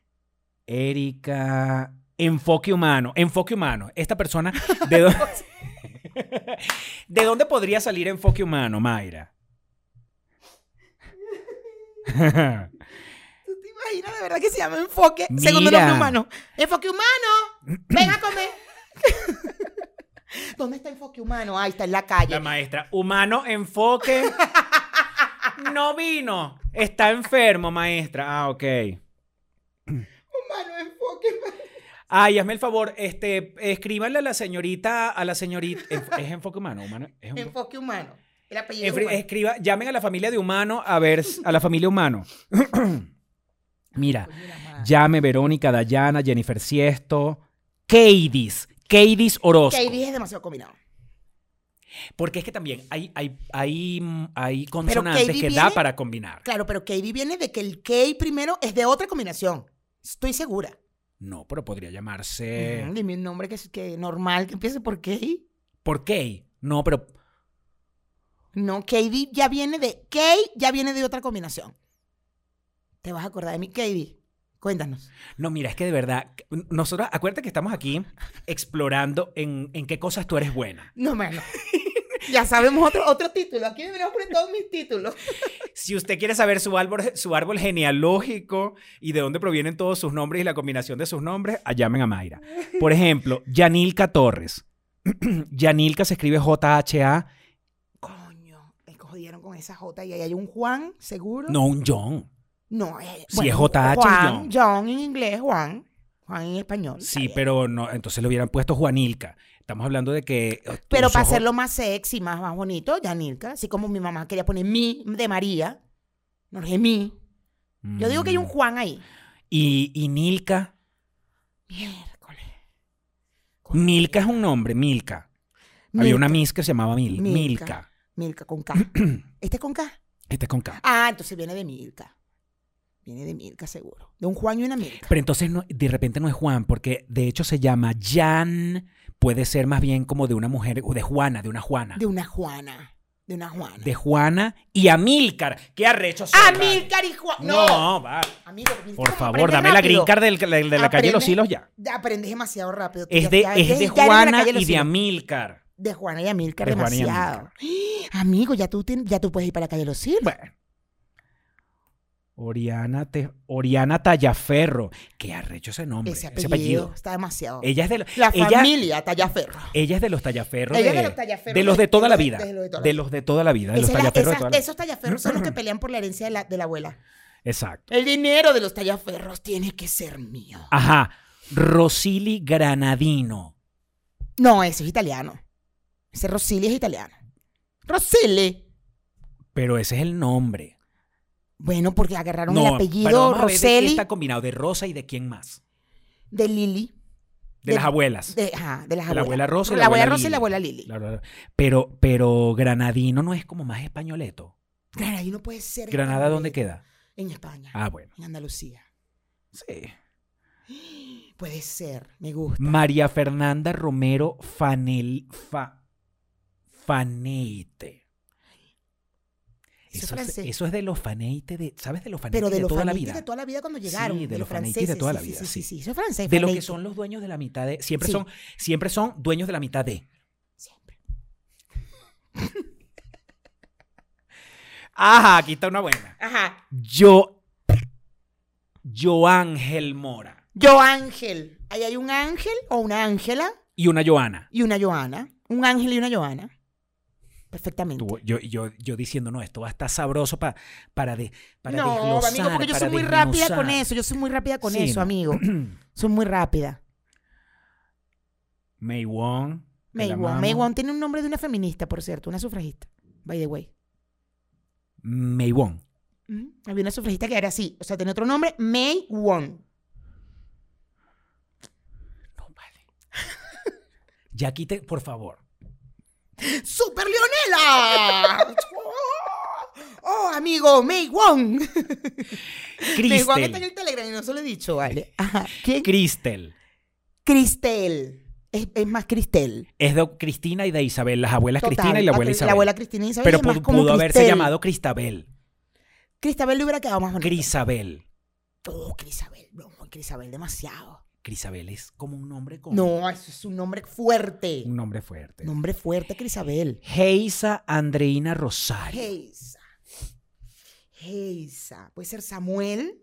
Erika. Enfoque humano. Enfoque humano. Esta persona. ¿De, dó- ¿De dónde podría salir enfoque humano, Mayra? ¿Tú te imaginas de verdad que se llama enfoque? Segundo nombre Mira. humano. Enfoque humano. Ven a comer. ¿Dónde está enfoque humano? Ahí está en la calle. La maestra. Humano, enfoque. No vino. Está enfermo, maestra. Ah, ok. Humano, enfoque. Ay, hazme el favor, este, escríbanle a la señorita, a la señorita, enf- es enfoque humano, humano, es un- Enfoque humano. El apellido Enfri- humano. Escriba, llamen a la familia de humano a ver, s- a la familia humano. Mira, Coño, la madre. llame Verónica, Dayana, Jennifer Siesto, Keidis, Keidis Orozco. Katie es demasiado combinado. Porque es que también hay, hay, hay, hay Katie consonantes que viene- da para combinar. Claro, pero Katie viene de que el K primero es de otra combinación. Estoy segura. No, pero podría llamarse Ujú, Dime un nombre que, es- que normal que empiece por K. por Kay. No, pero No, Katie ya viene de. K ya viene de otra combinación. ¿Te vas a acordar de mi Katie? Cuéntanos. No, mira, es que de verdad, nosotros, acuérdate que estamos aquí explorando en, en qué cosas tú eres buena. No, mano. ya sabemos otro, otro título. Aquí me venimos por todos mis títulos. Si usted quiere saber su árbol, su árbol genealógico y de dónde provienen todos sus nombres y la combinación de sus nombres, ah, llamen a Mayra. Por ejemplo, Yanilka Torres. Yanilka se escribe J-H-A, Coño, me jodieron con esa J y ahí hay un Juan, seguro. no un John. No, eh, Si es Juan, JH, John. John en inglés, Juan. Juan en español. está Sí, bien. pero no, entonces le hubieran puesto Juanilka. Estamos hablando de que... eh, Pero tus para ojos- hacerlo más sexy, más, más bonito, Yanilka, así como mi mamá quería poner mi de María, no dije mi. Yo digo que hay un Mm. Juan ahí. Y, y Nilka. Miércoles. Con- Milka es un nombre, Milka. Había una Miss que se llamaba Mil- Milka. Milka. Milka con K. ¿Este es con K? Este es con K. Ah, entonces viene de Milka. Viene de Milka, seguro. De un Juan y una Milka. Pero entonces no- de repente no es Juan, porque de hecho se llama Jan. Puede ser más bien como de una mujer, o de Juana, de una Juana. De De, una Juana. De una Juana. Juana y Amílcar. ¡Qué arrecho son, ¡Ah, vale! Milka y Juan! No, ¡No! va. Amigo, ¿viste Por cómo favor, aprendes dame la rápido? green card del- de, la- de la calle de los Aprendes- hilos ya. Aprendes demasiado rápido. tú ya- Es de, ya- es ya- de ya eres la Juana calle y los de hilos. Amílcar. De Juana y Amilcar, De Juana y demasiado. Amigo, ya tú, tien- ya tú puedes ir para la calle de los Silva. Bueno. Oriana, Te- Oriana Tallaferro. Qué arrecho ese nombre. ese, apellido está demasiado. Ella es de, la- la ella- familia Tallaferro. Ella es de los tallaferros. Ella es de, de los tallaferros de los de- de toda la de- vida. de los de toda la De vida. los de toda la vida. De los Esa es la- tallaferros de esas- toda la vida. Esos Tallaferros son los que pelean por la herencia de la, de la abuela. Exacto. El dinero de los Tallaferros tiene que ser mío. Ajá. Rosili Granadino. No, ese es italiano. Ese Rosili es italiano. Rosili. Pero ese es el nombre. Bueno, porque agarraron No, el pero apellido vamos a ver de qué Roseli está combinado de Rosa y de quién más. de Lili. De, De- las abuelas. De, ajá, de las De la abuela abuelas. Rosa y la La abuela abuela Rosa y Lili. la abuela Lili. La- la- la- Pero, pero Granadino no es como más españoleto. Claro, ahí no puede ser. Granada, ¿dónde español. queda? En España, Ah, bueno. en Andalucía. Sí. Puede ser, me gusta. María Fernanda Romero Fanel, fa, Faneite. Eso es Eso, es, francés. eso es de los faneites de, ¿sabes? De los faneites Pero de, de, los toda la fanitis vida. de toda la vida cuando llegaron. de los fanitis de franceses, toda sí, la sí, vida, Sí, sí, sí. sí, eso es francés. de los que faneitis. son los dueños de la mitad de, siempre Sí. son, siempre son dueños de la mitad de. Siempre. Ajá, aquí está una buena. Ajá. Yo, yo Ángel Mora Yo Ángel. Ahí hay un ángel o una ángela y una Joana. y una Joana. Un ángel y una Joana. perfectamente. Tú- yo, yo, yo diciendo, no, esto va a estar sabroso pa- para, de, para no, desglosar, amigo, porque yo para soy muy rápida desmenuzar. con eso. Yo soy muy rápida con Sí, eso, no. amigo. soy muy rápida. May Wong. te May la Wong. amamos. May Wong tiene un nombre de una feminista, por cierto, una sufragista. By the way. May Wong. Ujú. Había una sufragista que era así. O sea, tenía otro nombre, May Wong. No vale. ya aquí te- por favor. ¡Super Leonela! ¡Oh, amigo! ¡May Wong! May Wong está en Cristel. el Telegram y no se lo he dicho, vale. Ajá. ¿Quién? Cristel. Cristel. Es, es más Cristel. Es de Cristina y de Isabel, las abuelas Total. Cristina y la abuela Cri- Isabel. La abuela Cristina y Isabel Pero es más pudo, como pudo haberse Cristel. llamado Cristabel. Cristabel le hubiera quedado más bonito. Crisabel. Oh, Crisabel. No, Crisabel, demasiado. Crisabel es como un nombre con No, eso es un nombre fuerte. un nombre fuerte. Nombre fuerte, Crisabel. Heisa Andreina Rosario. Geisa. Geisa. ¿Puede ser Samuel?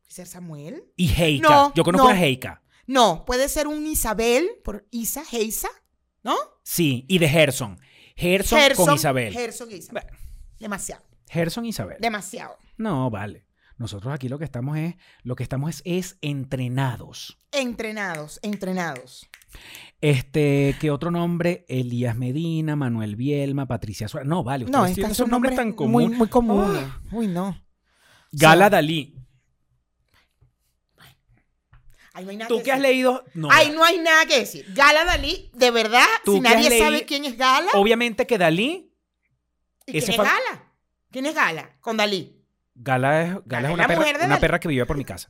¿Puede ser Samuel? Y Heika. No, Yo conozco no. a Heika. No, puede ser un Isabel por Isa, Geisa, ¿no? Sí, y de Gerson. Gerson, con Isabel. Gerson e Isabel. Demasiado, Gerson Isabel. demasiado. No, vale. Nosotros aquí lo que estamos es, lo que estamos es, es entrenados. Entrenados, entrenados. Este, ¿qué otro nombre? Elías Medina, Manuel Bielma, Patricia Suárez. No, vale. No, ustedes tienen estos esos son nombres tan muy, comunes. Ah. muy comunes. Uy, no. Gala Dalí. Ahí no hay nada ¿Tú que qué has decir. leído? No. Ahí no hay nada que decir. Gala Dalí, de verdad, ¿Tú si qué has nadie sabe leído? quién es Gala, Obviamente que Dalí, ¿y ese quién es fam- Gala? ¿Quién es Gala? Con Dalí. Gala es, Gala Gala es es una, la perra, mujer de una Dalí. perra que vivía por mi casa.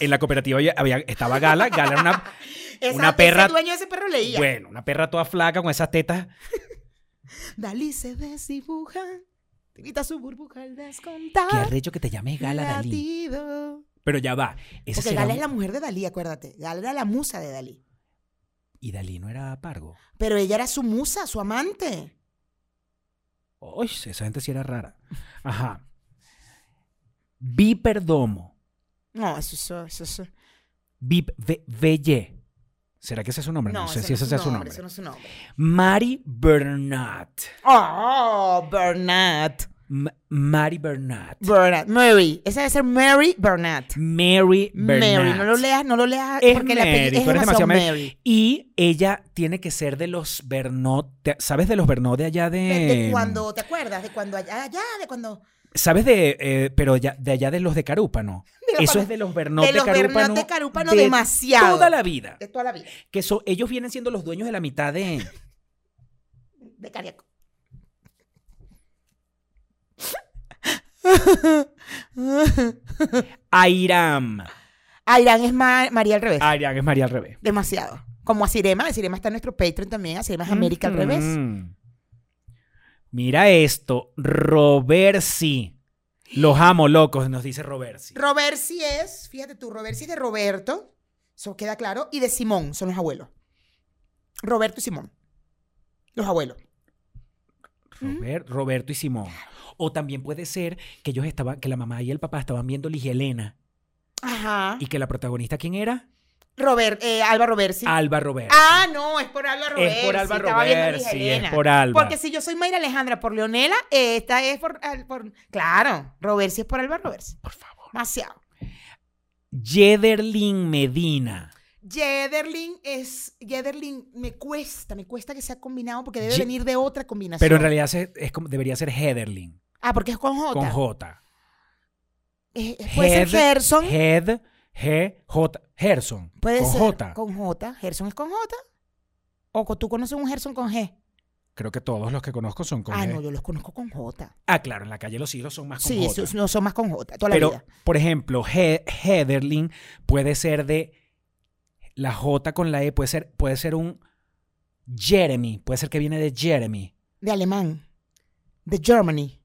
En la cooperativa había- había- estaba Gala, Gala era una, Esa- Una perra- Ese dueño de ese perro leía. bueno, una perra toda flaca con esas tetas. Dalí se desdibuja, grita su burbuja al Qué descontar. arrecho que te llames Gala Dalí. latido. Pero ya va. Ese Porque será Gala un- es la mujer de Dalí, acuérdate. Gala era la musa de Dalí. Y Dalí no era pargo. Pero ella era su musa, su amante. Uy, esa gente sí era rara. Ajá. Vi Perdomo. No, eso es. Eso, eso- Vi Ve- Velle. ¿Será que ese es su nombre? No, sé ese si ese sea su nombre. Eso no es su nombre. Mari Bernat. Oh, Bernat. M- Mari Bernat. Bernat. Mary. Esa debe ser Mary Bernat. Mary Bernat. Mary. No lo leas, no lo leas. Es porque la Mary, es tú eres demasiado demasiado Mary. Mary. Y ella tiene que ser de los Bernot. ¿Te- ¿Sabes de los Bernot de allá de.? De, de cuando, ¿te acuerdas? De cuando allá, allá de cuando. ¿Sabes de. eh, pero ya- de allá de los de Carúpano? De los Eso Bernot- es de los Bernot de, de los Carúpano. Bernot de Carúpano demasiado. Toda la vida. De toda la vida. Que so- ellos vienen siendo los dueños de la mitad de. De Cariaco. Airam. Airán Ah, es Ma- María al revés. Airam es María al revés. Demasiado. Como a Sirema, a Sirema está en nuestro Patreon también, a Sirema es América al revés. Mm. Mira esto. Robersi. Los amo, locos, nos dice Robersi. Robert sí es, fíjate tú, Robert sí es de Roberto, eso queda claro, y de Simón, son los abuelos. Roberto y Simón, los abuelos. Robert- Roberto y Simón. O también puede ser que ellos estaban, que la mamá y el papá estaban viendo Ligia Elena Ajá. y que la protagonista quién era? Robert, eh, Alba Robert sí. Alba Roberto. Ah, no, es por Alba Robert. por Alba estaba viendo Robert, Ligia sí, es Elena. por Alba. Porque si yo soy Mayra Alejandra por Leonela, esta es por, al- por- claro, Robert sí es por Alba Robert. sí. Por favor. Demasiado. Jederlin Medina. Jederlin es. Jederlin me cuesta, me cuesta que sea combinado porque debe Ye- venir de otra combinación. Pero en realidad se- es como- debería ser Hederlin. Ah, porque es con J. Con J. Eh, eh, puede ser Hed- Gerson. Hed, G, J. Gerson. puede con ser J. Con J. Gerson es con J. O co- tú conoces un Gerson con G. Creo que todos los que conozco son con ah, G. no, yo los conozco con J. Ah, claro, en la calle los siglos son más con Sí, J. esos no son más con J. Toda Pero, la vida. por ejemplo, He- Hederlin puede ser de la J con la E, puede ser, puede ser un Jeremy, puede ser que viene de Jeremy. De alemán. De Germany.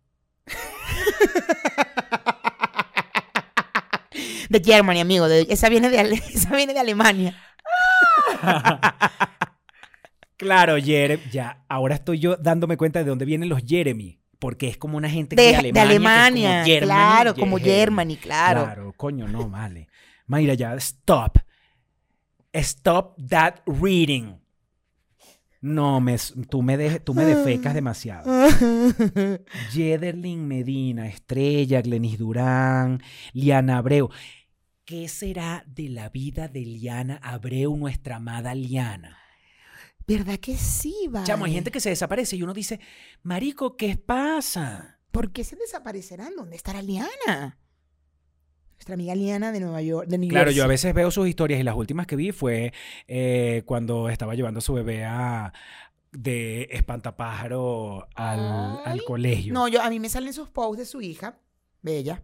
De Germany, amigo. de- esa, viene de, Ale- esa viene de Alemania. Claro, Jeremy. Ya, ahora estoy yo dándome cuenta de dónde vienen los Jeremy, porque es como una gente De, que de de Alemania. que Alemania. es como Germany, claro, Ye- como Jeremy. Germany, claro. coño, no, vale. Mayra, ya, stop. Stop that reading. No, me, tú, me de- tú me defecas demasiado. Jederlin Medina, Estrella, Glenis Durán, Liana Abreu. ¿Qué será de la vida de Liana Abreu, nuestra amada Liana? ¿Verdad que sí, vale? Chamo, hay gente que se desaparece y uno dice, Marico, ¿qué pasa? ¿Por qué se desaparecerán? ¿Dónde estará Liana? Nuestra amiga Liana de Nueva York, de New Claro, Jersey. yo a veces veo sus historias y las últimas que vi fue eh, cuando estaba llevando a su bebé a, de espantapájaro al, al Ay. colegio. No, yo, a mí me salen sus posts de su hija, bella.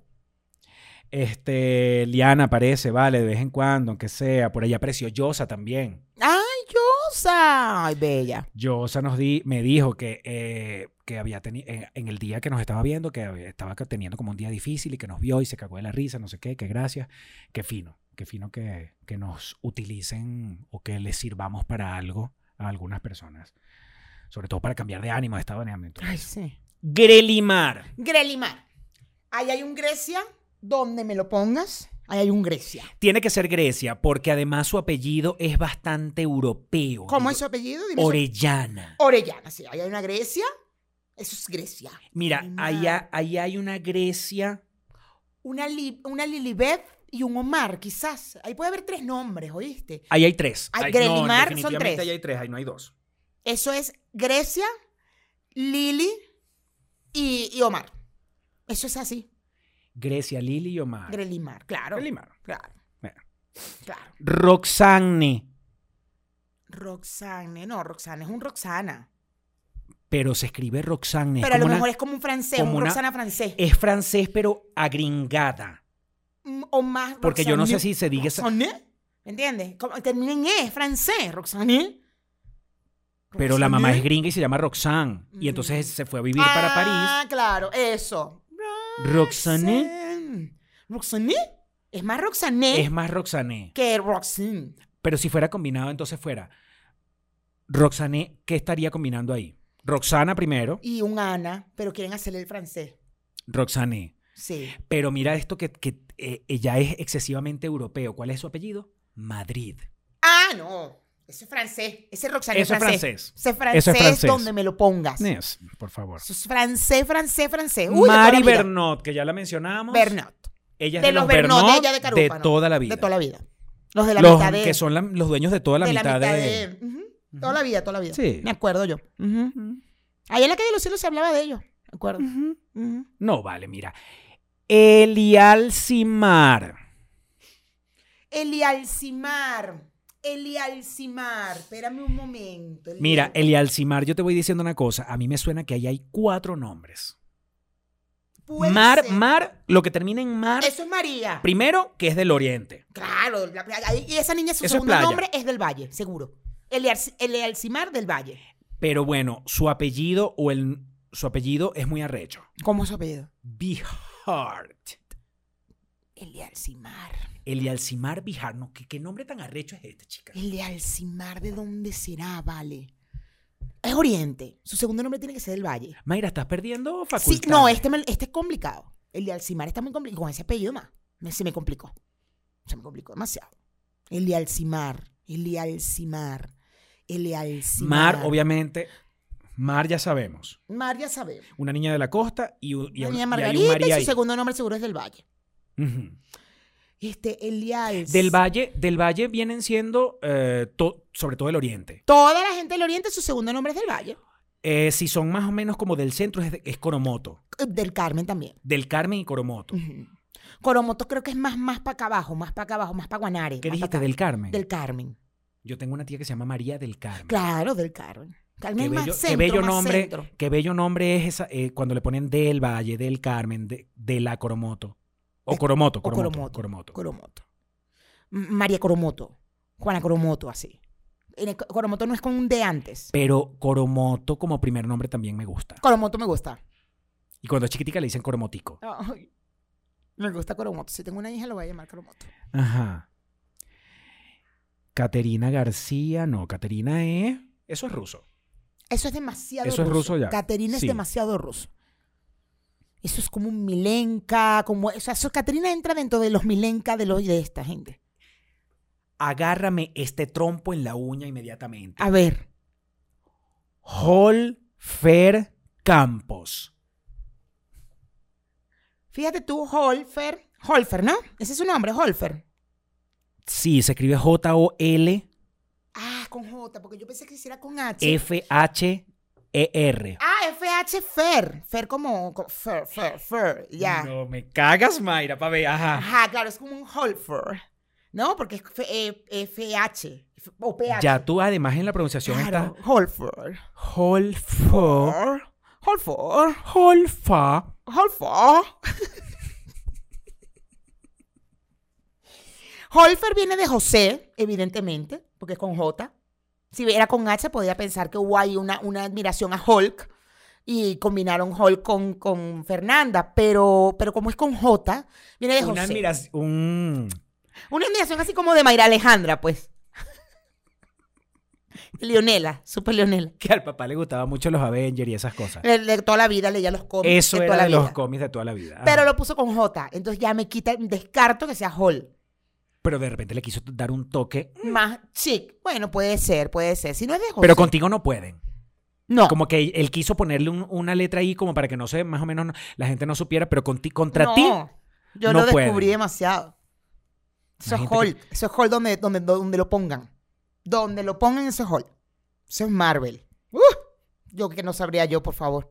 Este, Liana aparece, vale, de vez en cuando, aunque sea. Por allá apareció Yosa también. ¡Ay, Yosa! ¡Ay, bella! Yosa nos di, me dijo que, eh, que había tenido, en, en el día que nos estaba viendo, que había- estaba ca- teniendo como un día difícil y que nos vio y se cagó de la risa, no sé qué, que gracias. Qué fino, qué fino que, que nos utilicen o que les sirvamos para algo a algunas personas. Sobre todo para cambiar de ánimo, de estado de ánimo. y todo Ay, eso. sí. Grelimar. Grelimar. Ahí hay un Grecia, donde me lo pongas, ahí hay un Grecia. Tiene que ser Grecia, porque además su apellido es bastante europeo. ¿Cómo Digo, es su apellido? Dime su- Orellana. Orellana, sí. Ahí hay una Grecia. Eso es Grecia. Mira, Grelimar. allá, allá hay una Grecia. Una, Li- una Lilibet y un Omar, quizás. Ahí puede haber tres nombres, ¿oíste? Ahí hay tres. Ay, Ahí- Grelimar son definitivamente tres. Ahí hay tres, ahí no hay dos. Eso es Grecia, Lili y, y Omar. Eso es así. Grecia, Lili y Omar. Grelimar, claro. Ah. Grelimar. Claro. Bueno. Claro. Roxanne, Roxane, no, Roxane es un Roxana. pero se escribe Roxanne. es Pero a lo como una- mejor es como un francés, como un una- Roxana francés. es francés, pero agringada. Mm, O más Porque yo no sé Roxane. si se diga esa- Roxane, ¿Me entiendes? Como- Termina en E, es francés, Roxane. Pero la Roxane. mamá es gringa y se llama Roxanne. Y entonces Mm. se fue a vivir para París. Ah, claro, eso. Roxanne Roxane. Es más Roxane es más Roxanne. que Roxine. Pero si fuera combinado, entonces fuera. Roxanne, ¿qué estaría combinando ahí? Roxana primero. Y un Ana, pero quieren hacerle el francés. Roxanne. Sí. Pero mira esto que, que, eh, ella es excesivamente europeo. ¿Cuál es su apellido? Madrid. Ah, no. Eso es francés. Ese es Roxane Eso es francés. francés. Ese es francés, Eso es francés. donde me lo pongas. Yes, por favor. Eso es francés, francés, francés. Uy, de toda Mari la vida. Bernot, que ya la mencionamos. Bernot. Ella es De, los Bernot, de ella de de Carúpano. toda la vida. De toda la vida. Los de la los mitad de... que son la- los dueños de toda la de mitad de... ujú, Toda la vida, toda la vida. Sí. Me acuerdo yo. Ujú. Allá en la calle de los cielos se hablaba de ellos. Me acuerdo. Ujú. No, vale, mira. Elial Simar. Elialcimar. Elialcimar. Espérame un momento. Elial- Mira, Elial Simar, yo te voy diciendo una cosa. A mí me suena que ahí hay cuatro nombres. Puede mar, ser. mar, lo que termina en mar. Eso es María. Primero, que es del oriente. Claro. la- la- ahí- y esa niña, su Eso es segundo playa. nombre es del Valle, seguro. Elial- Elialcimar del Valle. Pero bueno, su apellido o el su apellido es muy arrecho. ¿Cómo es su apellido? Bihart. Elialcimar. El Alcimar Bihart. No, ¿qué, qué nombre tan arrecho es este, chica? Elialcimar, ¿de dónde será, vale? Es Oriente. Su segundo nombre tiene que ser del Valle. Mayra, estás perdiendo Sí, facultad. no, este, me- este es complicado. El de Alcimar está muy complicado. Con ese apellido más. Me- Se me complicó. Se me complicó demasiado. El de Alcimar. El de Alcimar. El de Alcimar. Mar, obviamente. Mar ya sabemos. Mar, ya sabemos. Una niña de la costa y, u- y La un- niña y hay Margarita un y María su ahí. segundo nombre seguro es del Valle. Ujú. Este, el de Alc- Del Valle, del Valle vienen siendo eh, to- sobre todo el oriente. Toda la gente del Oriente, su segundo nombre es del Valle. Eh, si son más o menos como del centro es, de- es Coromoto, Eh, Del Carmen también. del Carmen y Coromoto. Ujú. Coromoto creo que es más, más para acá abajo, más para acá abajo, más para Guanare. ¿Qué más pa' dijiste acá. del Carmen? Del Carmen. Yo tengo una tía que se llama María del Carmen. Claro, del Carmen. Carmen Qué es bello, más qué centro, bello más nombre, centro. qué bello nombre es esa, eh, cuando le ponen del Valle, del Carmen, de, de la Coromoto. Eh, O De- Coromoto, o Coromoto, Coromoto. Coromoto. Coromoto. M- María Coromoto. Juana Coromoto, así. En el co- Coromoto no es con un D antes. Pero Coromoto como primer nombre también me gusta. Coromoto me gusta. Y cuando es chiquitica le dicen Coromotico. Ay, me gusta Coromoto. Si tengo una hija, lo voy a llamar Coromoto. Ajá. Caterina García, no, Caterina es... Eso es ruso. Eso es demasiado Eso es ruso ya, Caterina sí. es demasiado ruso. Eso es como un Milenka, como... O sea, eso- Caterina entra dentro de los Milenka de, los, de esta gente. Agárrame este trompo en la uña inmediatamente. A ver. Holfer Campos. Fíjate tú, Holfer. Holfer, ¿no? Ese es su nombre, Holfer. Sí, se escribe J-O-L-F-H-E-R. Ah, con J, porque yo pensé que hiciera con H. E ah, FH Fer. Fer como. co- Fer, Fer, Fer. Ya. No me cagas, Mayra, pa' ver, ajá. Ajá, claro, es como un Holfer. ¿No? Porque es F- eh, FH. F- O PH. Ya tú además en la pronunciación claro. está Holfer. Holfo, Holfer. Holfa, Holfer. Holfer viene de José, evidentemente, porque es con J. Si era con H, podía pensar que hubo ahí una, una admiración a Hulk y combinaron Hulk con, con Fernanda, pero, pero como es con J, viene de José. una admiración, un- Una admiración así como de Mayra Alejandra, pues. Leonela, super Leonela. que al papá le gustaba mucho los Avengers y esas cosas. De, de toda la vida leía los cómics. Eso de toda era la de los vida. cómics de toda la vida. ajá. Pero lo puso con J, entonces ya me quita, descarto que sea Hall. Pero de repente le quiso dar un toque, Más chic. Bueno, puede ser, puede ser. Si no es de José. pero contigo no pueden. no. Como que él quiso ponerle un- una letra ahí como para que no sé, más o menos no- la gente no supiera, pero conti- contra no. ti Yo no lo descubrí pueden. demasiado. Eso es Imagínate Hall. Eso es Hall donde, donde, donde lo pongan. Donde lo pongan, eso es Hall. Eso es Marvel. ¡Uh! Yo que no sabría yo, por favor.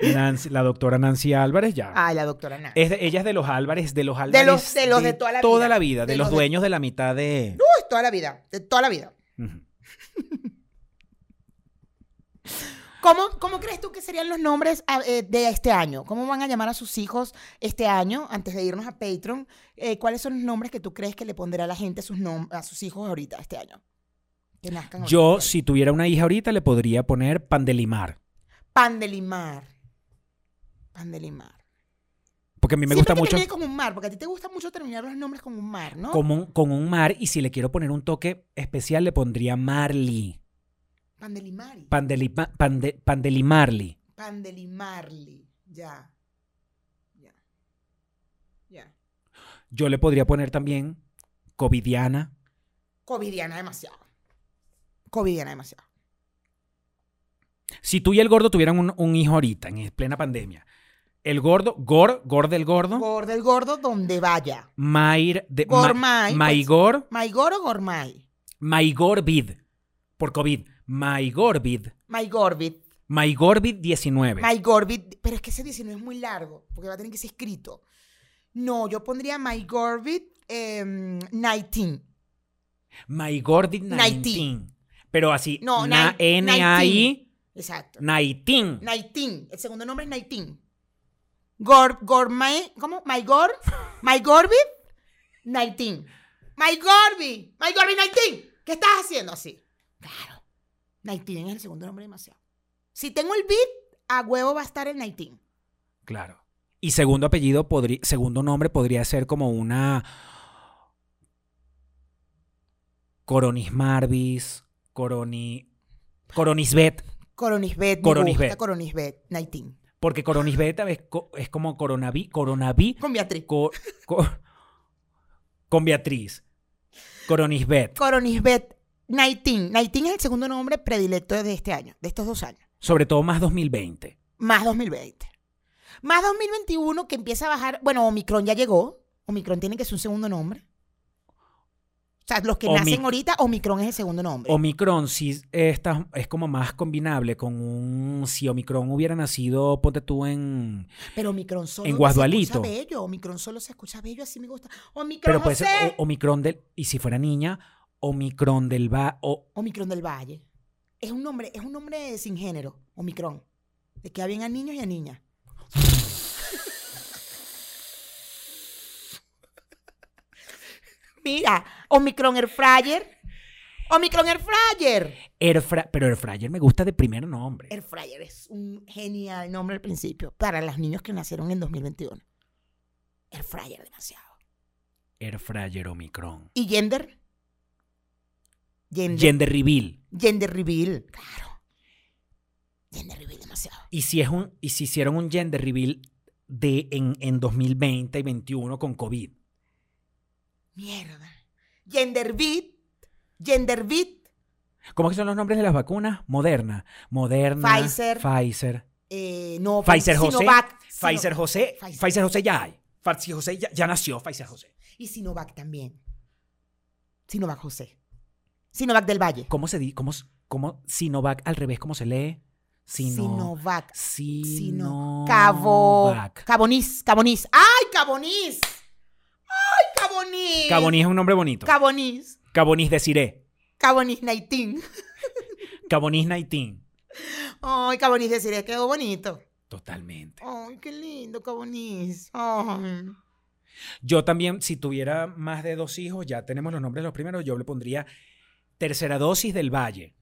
Nancy- la doctora Nancy Álvarez ya. Ay, la doctora Nana. Es de- ella es de los Álvarez, de los Álvarez. Ah. De los- de los de toda la vida. vida, de, De los los de- dueños de... la mitad de. Uy, toda la vida, de toda la vida. Ujú. ¿Cómo, cómo crees tú que serían los nombres a- eh, de este año? ¿Cómo van a llamar a sus hijos este año antes de irnos a Patreon? eh, ¿Cuáles son los nombres que tú crees que le pondrá la gente a sus, nom- a sus hijos ahorita, este año? Que nazcan Yo, ahorita. si tuviera una hija ahorita, le podría poner Pandelimar. Pan de limar. Pan de limar. Porque a mí me Siempre gusta que mucho termine con un mar, porque a ti te gusta mucho terminar los nombres con un mar, ¿no? como un- con un mar. Y si le quiero poner un toque especial, le pondría Marley. Pan de limari. Pandelima- pande- Pandelimarly. pan de limarli. Ya. Ya. Ya. Yo le podría poner también Covidiana. Covidiana demasiado. Covidiana demasiado. Si tú y el gordo tuvieran un, un hijo ahorita, en plena pandemia, el gordo, Gor, Gor del gordo, Gordo el gordo donde vaya. Mair de Gormay, pues. Maigor. Maigor o Gormay. Maigorvid. Por COVID. Maigorvid. Maigorbit. Maigorvid 19. Maigorbit. Pero es que ese 19 es muy largo, porque va a tener que ser escrito. No, yo pondría Maigorbit eh, 19. Maigorvid 19. Nineteen. Pero así. No, na- nai- N-A-I. Exacto. 19. 19. El segundo nombre es 19. Gor, Gormay. ¿Cómo? Maigor. Maigorbit 19. Maigorbit. Maigorbit 19. ¿Qué estás haciendo así? Claro. 19 es el segundo nombre demasiado. Si tengo el beat, a huevo va a estar el 19. Claro. Y segundo apellido, podri- segundo nombre podría ser como una. Coronis Marvis. Coroni. Coronisbet. Coronisbet. Coronisbet. Coronisbet. Coronisbet 19. Porque Coronisbet es, co- es como coronavi, coronavi Con Beatriz. co- co- con Beatriz. Coronisbet. Coronisbet 19. 19 es el segundo nombre predilecto de este año, de estos dos años. Sobre todo más 2020. Más 2020. Más 2021 que empieza a bajar. Bueno, Omicron ya llegó. Omicron tiene que ser un segundo nombre. O sea, los que Omic- nacen ahorita, Omicron es el segundo nombre. Omicron sí está, es como más combinable con un... Si Omicron hubiera nacido, ponte tú en... Pero Omicron solo en Guasdualito. se escucha bello. Omicron solo se escucha bello, así me gusta. Omicron Pero puede ser José. o- Omicron del... Y si fuera niña, Omicron del... Va, o, Omicron del Valle. Es un nombre, es un nombre sin género, Omicron. Le queda bien a niños y a niñas. Mira, Omicron Air Fryer. Omicron Air Fryer. Air Fra- pero Air Fryer me gusta de primer nombre. Air Fryer es un genial nombre al principio para los niños que nacieron en 2021. Air Fryer demasiado. Air Fryer Omicron. ¿Y gender? Gender. Gender Reveal. Gender reveal. Claro. Gender reveal demasiado. Y si, es un, y si hicieron un Gender Reveal de, en, en 2020 y 21 con COVID. Mierda. Gender beat Genderbit, ¿Cómo que son los nombres de las vacunas? Moderna. Moderna. Pfizer. Pfizer. eh, no, Pfizer José. Sinovac, Sino- Pfizer José. Pfizer. Pfizer José ya hay. Pfizer José ya, ya nació. Pfizer José. Y Sinovac también. Sinovac José. Sinovac del Valle. ¿Cómo se dice? ¿Cómo, s- cómo Sinovac al revés? ¿Cómo se lee? Sino, Sinovac. Sino. Sino. Cabo. Sinovac. Caboniz. Caboniz. ¡Ay, Caboniz! ¡Ay, Caboniz! Cabonis es un nombre bonito. Caboniz. Cabonis de Ciré. Caboniz 19. Cabonis 19. Ay, Caboniz de Cire, quedó bonito. Totalmente. Ay, qué lindo, Caboniz. Ay. Yo también, si tuviera más de dos hijos, ya tenemos los nombres de los primeros, yo le pondría tercera dosis del Valle.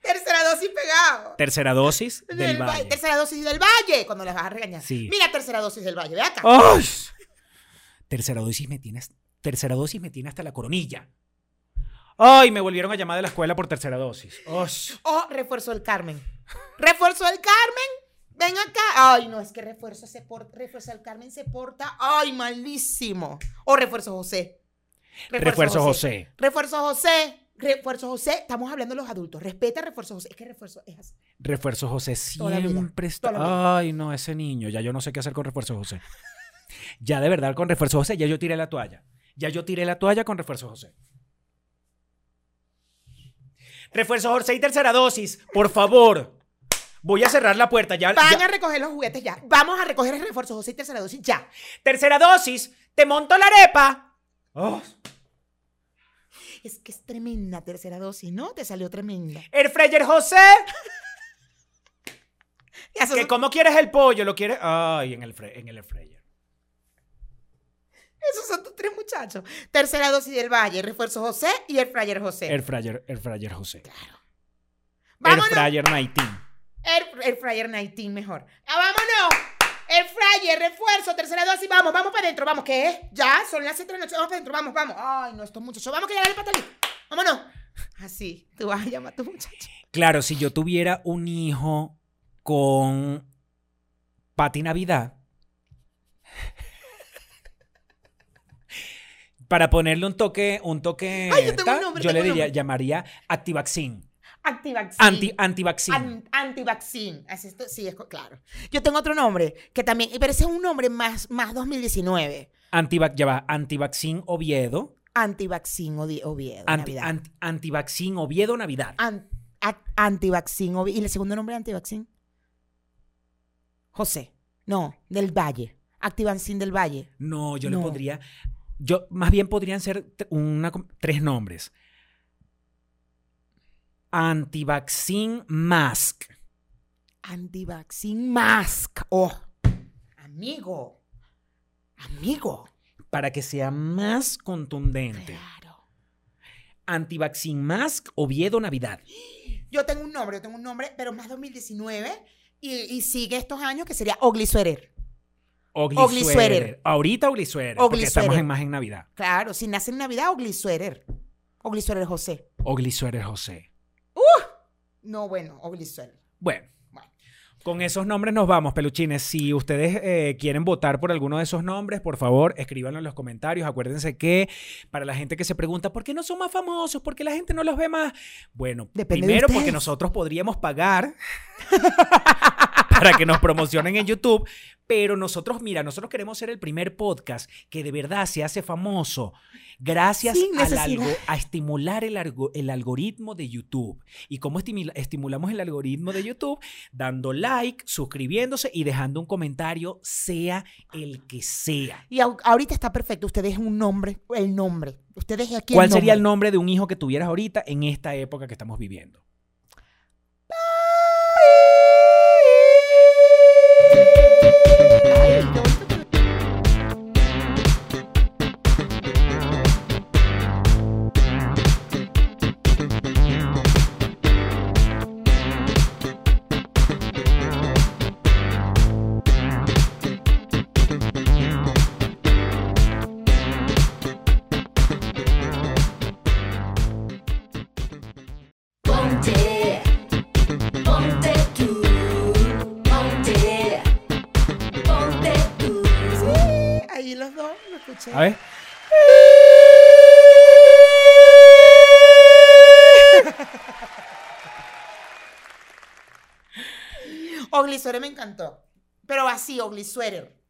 Tercera dosis pegado. Tercera dosis del, Del Valle. Valle. Tercera dosis del Valle. Cuando las vas a regañar. Sí. Oh. Mira, tercera dosis del Valle. Ve acá. ¡Ay! Tercera dosis me tiene, hasta- tercera dosis me tiene hasta la coronilla. Ay, me volvieron a llamar de la escuela por tercera dosis. Ay. O Oh, refuerzo del Carmen. Refuerzo del Carmen. Ven acá. Ay, no, es que refuerzo se porta, refuerzo del Carmen se porta. Ay, malísimo. O refuerzo José. Refuerzo José. Refuerzo José. Refuerzo José. Estamos hablando de los adultos. Respeta refuerzo José. Es que refuerzo es así. Refuerzo José Toda la vida, siempre toda está. Ay, no, ese niño. Ya yo no sé qué hacer con Refuerzo José. Ya de verdad, con Refuerzo José, ya yo tiré la toalla. Ya yo tiré la toalla con Refuerzo José. Refuerzo José y tercera dosis, por favor. Voy a cerrar la puerta. Ya, Van ya- a recoger los juguetes ya. Vamos a recoger el refuerzo José y tercera dosis ya. Tercera dosis, te monto la arepa. Oh, Es que es tremenda tercera dosis, ¿no? Te salió tremenda. el Freyer José, Ya son- que como quieres el pollo, lo quieres. Ay, en el, fre- en el air fryer. Esos son tus tres muchachos. Tercera dosis del Valle, refuerzo José y el Fryer José. Air fryer, air fryer José. Air Vámonos. fryer 19. El, el Fryer 19 mejor. Ah, ¡Vámonos! El Fryer, refuerzo, tercera dosis. Vamos, vamos para adentro. Vamos, ¿qué es? Ya, son las 7 de la noche. Vamos para adentro, vamos, vamos. Ay, no, estos muchachos. Vamos, que ya el pastelito. Vámonos. Así, tú vas a llamar a tu muchacho. Claro, si yo tuviera un hijo con Pati Navidad, para ponerle un toque, un toque, Ay, yo tengo tal, un nombre, yo tengo le un diría, nombre. llamaría Activaxin, Antivaccin. anti, antivaccin. An- Antivaccin. Así esto, sí, es co- claro. Yo tengo otro nombre que también, pero ese es un nombre más, más 2019. Antivac- ya va, antivaccin Oviedo, Antivaccin Odi- Oviedo. anti, Navidad. Ah. anti- antivaccin Oviedo Navidad. An- a- antivaccin. obvi- ¿Y el segundo nombre de antivaccin? José. No, del Valle. Activancin del Valle. No, yo No. le pondría, yo más bien podrían ser t- una com- tres nombres. Antivaccin Mask. Antivaccin Mask. Oh. Amigo. Amigo. para que sea más contundente. Claro. Antivaccin Mask Oviedo Navidad. Yo tengo un nombre, yo tengo un nombre, pero más 2019 y, y sigue estos años que sería Ogli Suerer. Ogli Ogli Sweater. Sweater. Ahorita Ogli Sweater, Ogli porque estamos Sweater. en más en Navidad. Claro, si nace en Navidad, Ogli Suerer. Ogli Suerer José. Ogli Sweater José. No, bueno, Ogli Suerer. Bueno. Bueno. Con esos nombres nos vamos, peluchines. Si ustedes eh, quieren votar por alguno de esos nombres, por favor, escríbanlo en los comentarios. Acuérdense que para la gente que se pregunta, ¿por qué no son más famosos? ¿Por qué la gente no los ve más? Bueno, Depende de primero ustedes. porque nosotros podríamos pagar para que nos promocionen en YouTube, pero nosotros, mira, nosotros queremos ser el primer podcast que de verdad se hace famoso gracias Sin al necesidad. algo- a estimular el, algo- el algoritmo de YouTube. ¿Y cómo estimula- estimulamos el algoritmo de YouTube? Dando like, suscribiéndose y dejando un comentario, sea el que sea. Y au- ahorita está perfecto. Ustedes es un nombre, el nombre. Ustedes aquí el ¿Cuál sería el nombre? nombre de un hijo que tuvieras ahorita en esta época que estamos viviendo? Ponte, ponte tú, ponte, ponte tú. Ahí los dos. los que- escuché. A ver. Ugly Sweater me encantó. Pero así, Ugly Sweater.